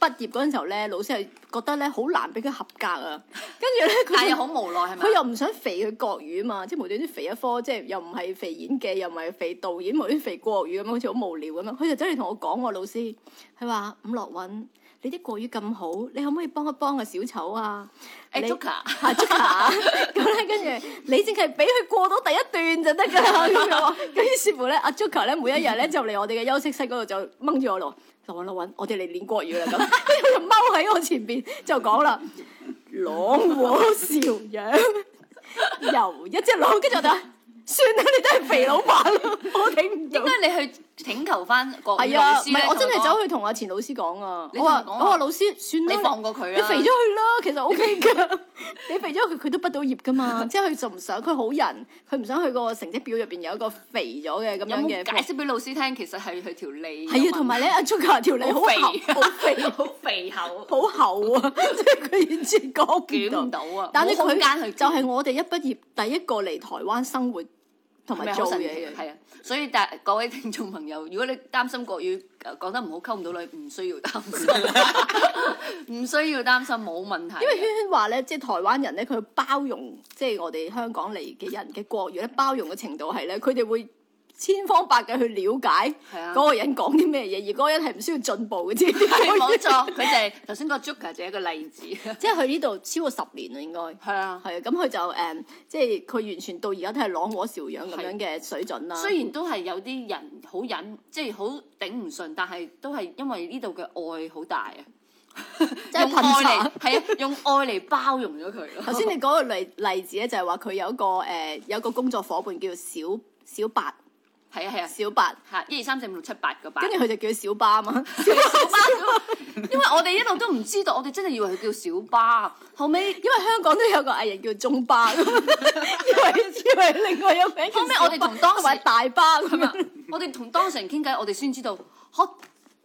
畢業嗰陣時候咧，老師係覺得咧好難俾佢合格啊，跟住咧
但係
佢就
又好無奈係咪？
佢又唔想肥佢國語嘛，即係無端端肥一科，即係又唔係肥演技，又唔係肥導演，無端端肥國語咁樣，好似好無聊咁樣。佢就走嚟同我講喎，老師，佢話伍樂韻，你啲國語咁好，你可唔可以幫一幫個小丑啊？
誒
你
Joker
啊 Joker 咁咧，跟住你淨係俾佢過到第一段就得㗎啦。咁樣，咁於是乎咧，阿 Joker 咧每一日咧就嚟我哋嘅休息室嗰度就掹住我咯，樂韻樂韻，我哋嚟練國語啦咁， 跟住佢就踎喺我前邊就講啦。朗和邵陽，由一隻狼，跟住我就話算啦，你都係肥老 闆啦，我頂唔到。
因為你去請求翻國語
係
老
啊，唔
師咧
係我真係走
去，
去同阿前老師講啊，
你
我
同佢
話
講啊
我話老師算啦，
你放過佢
你
啦。
肥咗佢啦，其實 O K 噶。你肥咗佢，佢都畢到業噶 嘛。即係佢就唔想，佢好人，佢唔想佢個成績表入邊有一個肥啊咗嘅咁
有冇
樣嘅。
解釋俾老師聽？其實係佢條脷
係啊，同埋咧，阿 Joker 條脷好
好肥
厚，好 肥，
好肥 厚，
好厚 啊！即係佢完全講
捲
唔
唔
到
到。啊！
但係
冇空間
佢
去
就係我哋一畢業第一個嚟台灣生活同埋做嘢嘅。
係啊，所以但各位聽眾朋友，如 果你擔心國語呃講得唔好溝唔到女，唔需要擔心， 唔需要擔心，冇問題。啊
因為圈圈話咧，即係台灣人咧，佢包容即係我哋香港嚟嘅人嘅國語咧，包容嘅程度係咧，佢哋會千方百計去了解
係啊
嗰個人講啲咩嘢，而嗰個人係唔需要進步嘅，即
係冇
係
錯，佢就係頭先個 Joker 就係一個例子。
即係佢啊呢度超過十年啦，應該。
係啊，
係啊，咁佢就誒、即係佢完全到而家都係朗和邵陽咁樣嘅水準啦。
雖然都係有啲人好忍，即係好頂唔順，但係都係因為呢度嘅愛好大啊，
真係
用愛
噴茶
嚟係啊，用愛嚟包容咗佢咯。
頭先你講個例例子咧，就係話佢有一個誒、有一個工作伙伴叫做小小白
係啊係啊，
小白，
嚇一二三四五六七八個八
跟。住佢就叫佢小巴啊嘛。
小巴， 因為我哋一路都唔知道，我哋真係以為佢叫小巴，後尾
因為香港都有個藝人叫中 巴，以為以為另外有名叫小巴。
後尾我哋同當時
埋大巴咁
咁啊
樣，，
我哋同當事人傾偈，我哋先知道，呵，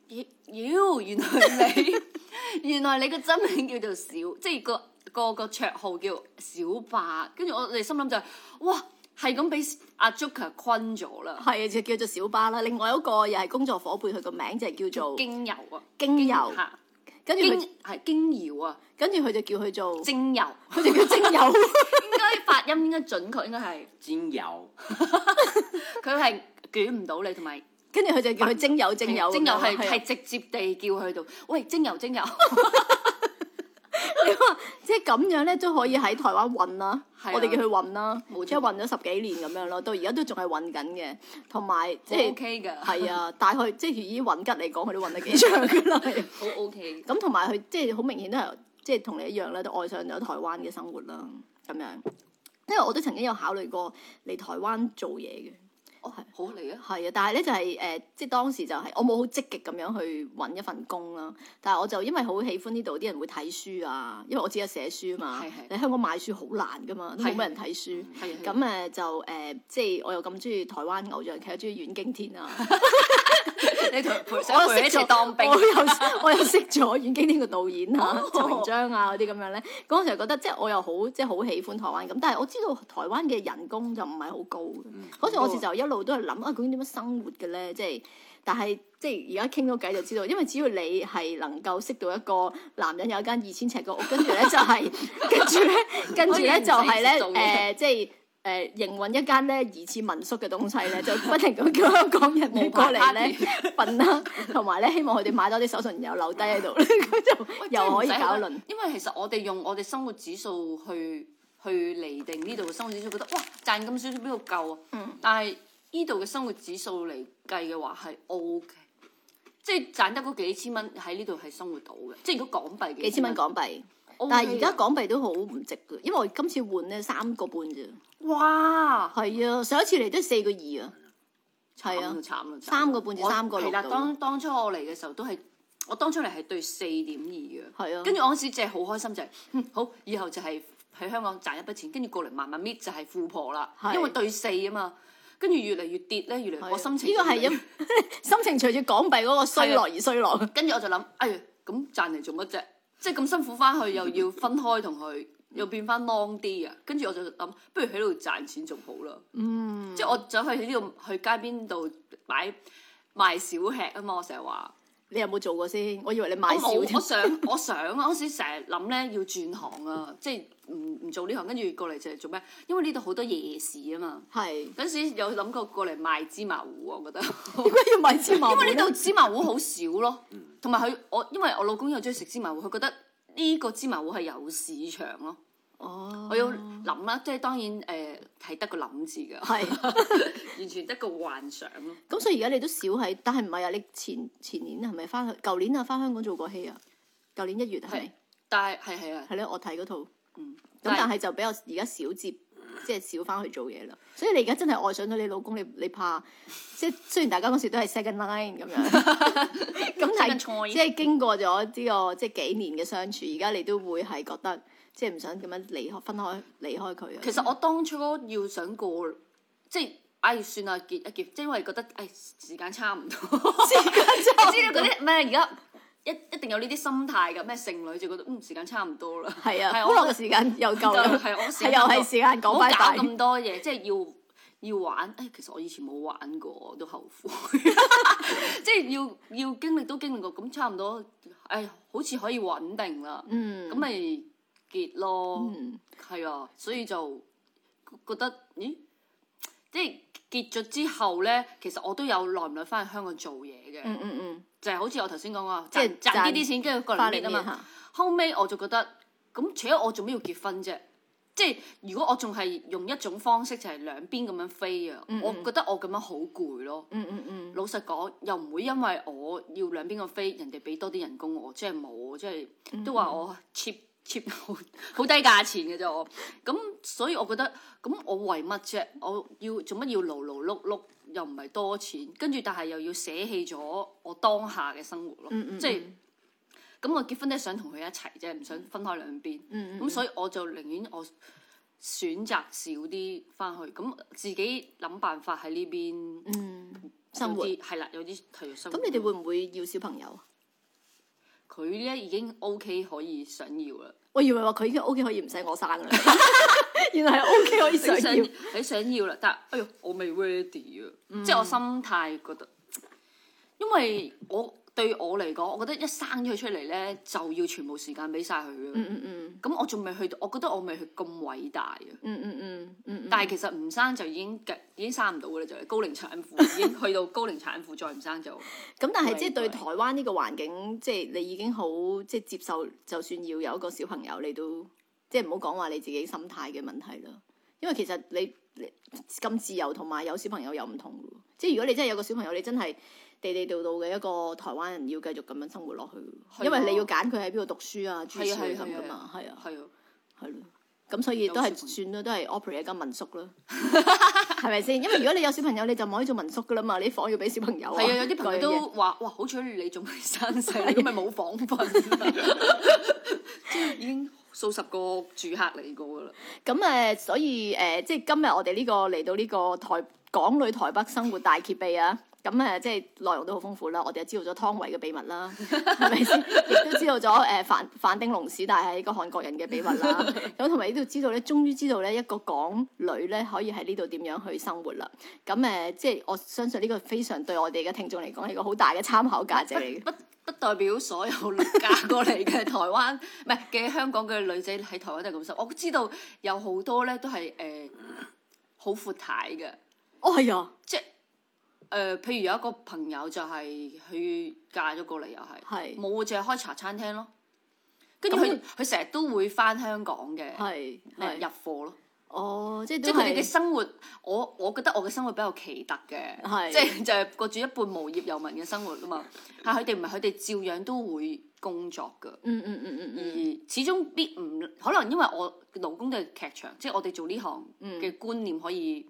咦妖，原來你 原來你個真名叫做小，即係個個個綽號叫小霸，跟住我哋心諗就係、哇，係咁俾阿 Joker 困咗啦，
係就叫做小巴啦。另外一個又係工作伙伴，佢個名就係叫做
經油啊，
經油，
嚇
跟住
經
佢
係經油啊，
跟住佢就叫佢做，
精油，
佢就叫精油。
應該發音應該準確，應該係
金瑤，
佢係捲唔到你同埋。
跟住佢就叫佢精油精油
精油係
咁樣啊
係直接地叫佢度，喂精油 精油，
即係咁樣咧，都可以喺台灣混啦。
係啊
我哋叫佢混啦，
冇錯
即係混咗十幾年咁樣咯，到而家都仲係混緊嘅。同埋即
好
係
哦 OK 㗎，
係啊， 大概即係以混吉嚟講，佢都混得幾長㗎啦。係啊
好 OK。
咁同埋佢即係好明顯都係即係同你一樣咧，都愛上咗台灣嘅生活啦。咁樣，因為我都曾經有考慮過嚟台灣做嘢嘅。
哦，好嚟啊！
係啊，但係咧就係、誒、即係當時就係、我冇好積極咁樣去揾一份工啦。但係我就因為好喜歡呢度啲人會睇書啊，因為我只係寫書嘛
係係。
你香港賣書好難噶嘛，都冇乜人睇書。
係啊
咁誒、就誒、呃即係我又咁中意台灣偶像劇，又中意阮經天啊，
你同陪
我
想
又
陪佢一
識咗
齊當兵哦
我，又 我又識咗阮經天個導演啊、陳明章啊嗰啲咁樣咧。嗰陣時候覺得即係我又好即係好喜歡台灣咁，但係我知道台灣嘅人工就唔係好高嘅。
嗯
嗰陣我時就一路都係諗啊，究竟點樣生活嘅咧？即係但係即係而家傾到偈就知道，因為只要你係能夠識到一個男人有 一間二千尺嘅屋，跟住咧就係跟住咧跟住咧就係
可以唔使做嘢
咧誒，即係誒營運一間咧疑似民宿嘅東西咧， 就不停咁叫香港人嚟過嚟咧瞓啦，同埋咧希望佢哋買多啲手信，然後留低 喺度咧，咁就
喂
又可以。搞
真係唔使
輪
去。因為其實我哋用我哋生活指數去去嚟定呢度嘅生活指數，覺得哇賺咁少少邊度夠啊？
嗯
但係呢度嘅生活指數嚟計嘅話係 O K，即係賺得嗰幾千蚊喺呢度係生活到嘅，即係如果港幣
幾千蚊港幣，
，OK 啊嘅，
但係而家港幣都好唔值嘅，因為我今次換咧三個半啫。
哇，
係啊，上一次嚟都四個二啊，係啊
慘，慘啦，
三個半至
我
三個六
係啦，
度
當當初我嚟嘅時候都係，我當初嚟係對四點二嘅。
係啊，
跟住我嗰時真係好開心，就係、嗯好，以後就係喺香港賺一筆錢，跟住過嚟慢慢搣就係富婆啦，
係
因為對四啊嘛，跟住越嚟越跌咧，越嚟
係啊
越我心情
呢個
越
係
嚟越
因 心情隨住港幣嗰個衰落而衰落。
跟住我就諗，哎呀，咁賺嚟做乜啫？即係咁辛苦翻去，又要分開同佢，又變翻 long 啲啊！跟住我就諗，不如喺度賺錢仲好啦。嗯，即係我想去喺呢度去街邊度擺賣小吃啊嘛！我成日話，
你有冇做過先？我以為你
我
買少
冇，我
添。
想我想啊！嗰時成日諗咧要轉行啊，即係唔唔做呢行，跟住過嚟就係做咩？因為呢度好多夜市啊嘛。
係
嗰時有諗過過嚟賣芝麻糊啊，我覺得。
點解要買芝麻
因
糊呢？
為呢度芝麻糊好少咯，同埋佢我因為我老公又中意食芝麻糊，佢覺得呢個芝麻糊係有市場咯。
哦，
我要諗啦，即係當然誒係、得個諗字㗎，
係。
完全得個幻想咯。
咁所以而家你都少喺，但係唔係啊？你前前年係咪翻去？舊年啊，翻香港做過戲啊？舊年一月係
係
咪？，
但係係係啊，
係咧，我睇嗰套。咁
嗯，
但係就比較而家少接，即係少翻去做嘢啦。所以你而家真係愛上咗你老公，你你怕即係雖然大家嗰時都係 second line 咁 樣，咁但
Second choice
係即係經過咗呢個即係幾年嘅相處，而家你都會係覺得即係唔想咁樣離開分開離開佢啊。
其實我當初要想過，即係唉、算啦，結一結，即係因為覺得唉、時間差唔多， 時間差知道嗰啲咩而家一一定有呢啲心態㗎，咩剩女就覺得嗯時間差唔多啦，
係啊，
係
好
我
耐嘅時間又夠啦，
係我時間
係又
夠
係時間
唔好
講
搞
拜拜。
咁多嘢，即係要要玩。誒、其實我以前冇玩過，我都後 悔。即係要要經歷都經歷過，咁差唔多，誒、好似可以穩定啦。
嗯
咁咪結咯，
嗯
係、啊，所以就覺得，咦，即係結咗之後咧，其實我都有耐唔耐翻去香港做嘢嘅，
嗯嗯嗯，
就係好似我頭先講過，
即係
賺賺呢
賺
啲錢，跟住過嚟
花
搣
年
啊嘛。
嚇，
後尾我就覺得，咁除咗我做咩要結婚啫？即係如果我仲係用一種方式，就係兩邊咁樣飛啊，
嗯嗯
我覺得我咁樣好攰咯。
嗯嗯嗯，
老實講，又唔會因為我要兩邊咁飛，人哋俾多啲人工我，即係冇，即係都話
嗯
我 cheap cheap 好 好低價錢嘅啫我。咁所以我覺得，咁我為乜啫？我要做乜要勞勞碌碌，又唔係多錢，跟住但係又要捨棄咗我當下嘅生活咯，
嗯嗯
即係。咁我結婚都係想同佢一齊啫，唔想分開兩邊。
嗯嗯
咁所以我就寧願我選擇少啲翻去，咁自己諗辦法喺呢邊
嗯生活。
有啲係啦，有啲體育生活。
咁你哋會唔會要小朋友啊？
佢咧已經 OK 可以想要啦，
我以為話佢已經 O K 可以唔使我生啦， 原來係 O K 可以
佢
想要。
佢想要啦，但係哎呦，我未 ready 啊，
嗯
即係我心態覺得，因為我對我嚟講，我覺得一生咗佢出嚟咧，就要全部時間俾晒佢啦。
嗯嗯嗯
咁、我仲未去到，我覺得我未去咁偉大啊。
嗯嗯嗯嗯嗯，
但係其實唔生就已經已經生唔到嘅啦，就係高齡產婦已經去到高齡產婦，再唔生 就
咁但係即係
對
對台灣呢個環境，即係你已經好即係接受，就算要有一個小朋友，你都即係唔好講話你自己心態嘅問題啦。因為其實你你咁自由同埋有小朋友又唔同嘅喎，即係如果你真係有個小朋友，你真係地地道道嘅一個台灣人，要繼續咁樣生活落去
係啊
嘅，因為你要揀佢喺邊度讀書啊，諸如
係啊
此
係
類
啊
咁
係
噶
啊
嘛，係啊。
係啊，
係咯，咁所以都
有
係
小朋友
算啦，都係 operate 一間民宿 啦，係咪先？因為如果你有小朋友，你就唔可以做民宿噶啦嘛，你啲房要俾小朋友
係啊，有啲朋友
各樣嘢
都話：哇，好彩你仲未生仔，
啊
咁咪冇房 瞓，啊即係已經數十個住客嚟過噶啦。
咁誒、呃所以誒、呃即係今日我哋呢、個嚟到呢個台港女台北生活大揭秘啊！咁誒、呃即係內容都好豐富啦，我哋又知道咗湯唯嘅秘密啦，係咪先？亦都知道咗誒、呃反反町隆史，但係一個韓國人嘅秘 密啦。咁同埋呢度知道咧，終於知道咧一個港女咧可以喺呢度點樣去生活啦。咁誒、呃即係我相信呢個非常對我哋嘅聽眾嚟講係一個好大嘅參考價值嚟嘅。
不不代表所有嫁過嚟嘅台灣，唔係嘅香港嘅女仔喺台灣都係咁生活。我知道有好多咧都係誒、呃好闊太嘅，
哦係啊，
即係誒、呃譬如有一個朋友就係佢嫁咗過嚟又係，
係
冇啊，淨係開茶餐廳咯。跟住
咁
佢佢成日都會翻香港嘅，
係
誒入
係，
貨咯。
哦，即係
嗯即
都
係佢哋嘅
係
生活，我我覺得我嘅生活比較奇特
係
嘅，即係就係過住一半無業遊民嘅生活啊嘛。但佢哋唔係，佢哋照樣都會工作㗎。
嗯嗯嗯嗯
而
嗯，
始終必唔可能，因為我老公嘅劇場，即係我哋做呢行
嗯
嘅觀念可以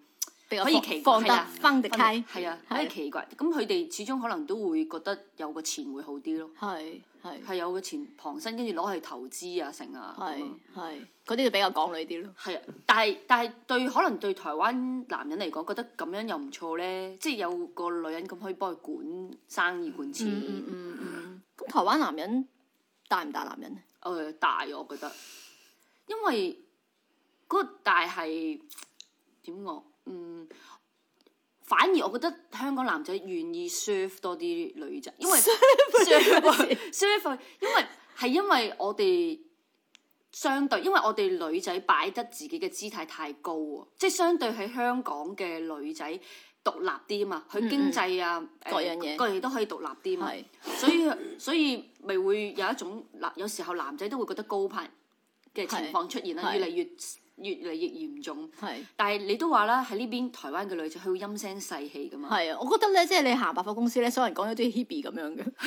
比較
可以
放
奇怪
放
係
得
啊
放得
分得
開，
係啊，
係
可以奇怪。咁佢哋始終可能都會覺得有個錢會好啲咯，
係係
係有個錢旁身，跟住攞去投資啊，成啊。咁
嗯係
啊
係，嗰啲就比較港女啲咯，
係啊，但係但係對可能對台灣男人嚟講，覺得咁樣又唔錯咧，即係有個女人咁可以幫佢管生意管錢，
嗯
誒、
嗯嗯嗯，咁台灣男人大唔大 男人咧？
大我覺得，因為嗰個大係點講？嗯，反而我覺得香港男仔願意 serve 多啲女仔，因為 serve serve，因為係因為我哋。相對，因為我哋女仔擺得自己嘅姿態太高啊，即係相對喺香港嘅女仔獨立啲啊嘛，佢經濟啊、誒
嗯各樣嘢
各樣嘢都可以獨立啲嘛，
係
所以所以咪會有一種男，有時候男仔都會覺得高攀嘅情況出現啦，
係
越嚟越越嚟越嚴重。
係。
但係你都話啦，喺呢邊台灣嘅女仔，佢會陰聲細氣噶嘛，
係啊，我覺得咧，即係你行百貨公司咧，所有人講咗都係 Hebe 咁樣嘅，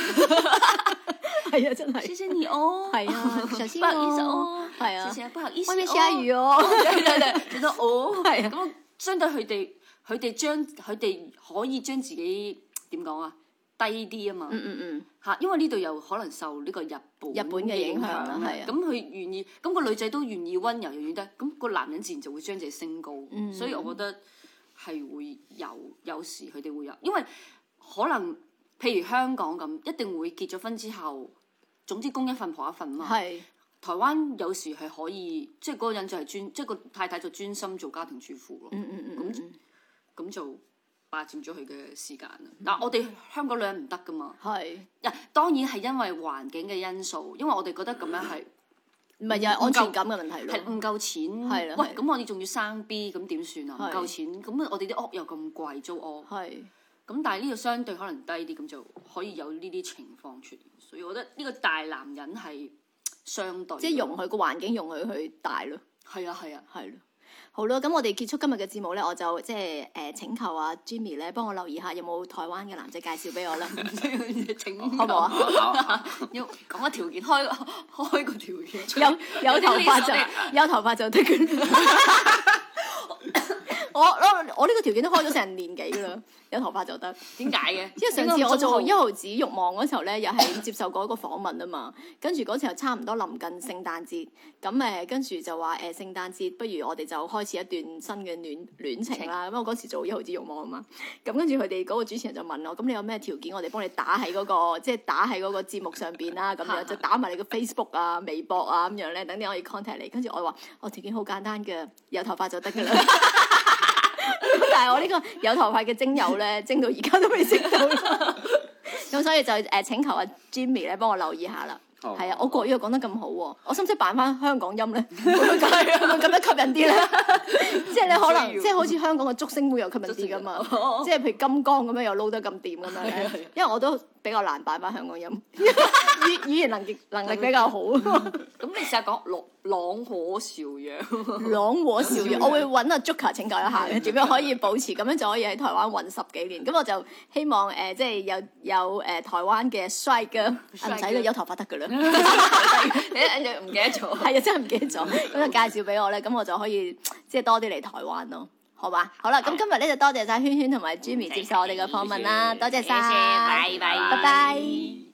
係啊，真
謝
係，
謝你哦，
係啊，小 心
不好意思
哦
哦，
係啊
謝，謝，不好意思，
外面下雨
哦，
哦，
對對對，覺得哦，
係啊
咁相對佢哋，佢哋將佢哋可以將自己點講啊低啲啊嘛
嗯嗯嗯，
嚇，因為呢度又可能受呢個日本
日本嘅影響啦
啦
係啊
咁佢願意，咁個女仔都願意温柔又願意得，咁個男人自然就會將自己升高，
嗯
所以我覺得係會有有時佢哋會有，因為可能譬如香港咁，一定會結咗婚之後，總之公一份婆一份嘛。
係
台灣有時係可以，即係嗰個人就係專，即係個太太就專心做家庭主婦咯。
嗯嗯嗯嗯嗯，
咁就霸佔咗佢嘅時間啦。但我哋香港女人唔得噶嘛，
係，
呀當然係因為環境嘅因素，因為我哋覺得咁樣係
唔係又係安全感嘅問題
係
咯，
唔夠錢。
嗯係啦係
喂，咁我哋仲要生 B，咁點算啊？唔
係
夠錢，咁我哋啲屋又咁貴租屋，
係
咁但係呢度相對可能低啲，咁就可以有呢啲情況出現。所以我覺得呢個大男人係相對
即係容許個環境容許佢大咯。
係啊係 啊，
係咯。好咯，咁我哋結束今日嘅節目咧，我就即係誒、呃請求阿、Jimmy 咧，幫我留意下有冇台灣嘅男仔介紹俾我啦，
請
好唔好啊？
好好
要講個條件，開開個 條件出
有
嚟。
有頭髮就有頭髮就得嘅啦。 我我我呢個條件都開咗成年幾噶啦，有頭髮就得。
點解嘅？
因為上次我做一
因
毫子欲望嗰時候咧，又係接受過一個訪問啊嘛，跟住嗰時候差唔多臨近聖誕節，咁誒跟住就話誒聖誕節不如我哋就開始一段新嘅戀戀情啦。咁我嗰時做一毫子欲望啊嘛，咁跟住佢哋嗰個主持人就問我，咁你有咩條件我哋幫你打喺嗰、個即係打喺嗰個節目上邊啦，咁樣就打埋你嘅 Facebook 啊、微博啊咁樣咧，等你可以 contact 你。跟住我話我條件好簡單嘅，有頭髮就得㗎啦。 但係我呢個有頭髮嘅精友咧， 精到而家都未識到 啦。咁所以就誒、呃、請求阿 Jimmy 咧幫我留意下啦。
好
哦
係啊，我國語又講得咁好喎，我使唔使扮翻香港音咧？會唔會咁會唔會 咁樣吸引啲咧？ 即係你可能
唔需要哦
即係好似香港嘅竹升妹又吸引啲噶 嘛，即係譬如金剛咁樣又撈得咁掂咁樣咧。因為我都比較難扮翻香港音， 語語言能力能力比較 好。
咁你成日講朗朗可笑 樣，
朗和笑語，我會揾阿 Joker 請教一下 嘅，點樣可以保持咁樣就可以喺台灣混十幾年。咁我就希望誒、呃即係有有誒、呃台灣嘅 帥哥，啊唔使啦，有頭髮得㗎啦。
你 一樣 唔記得咗。
係啊，真係唔記得咗。咁就介紹俾我咧，咁我就可以即係多啲嚟台灣咯，好嘛？好啦，咁今日咧就多謝晒圈圈同埋 Jimmy 接受我哋嘅訪問啦，多謝晒，
拜拜
拜拜。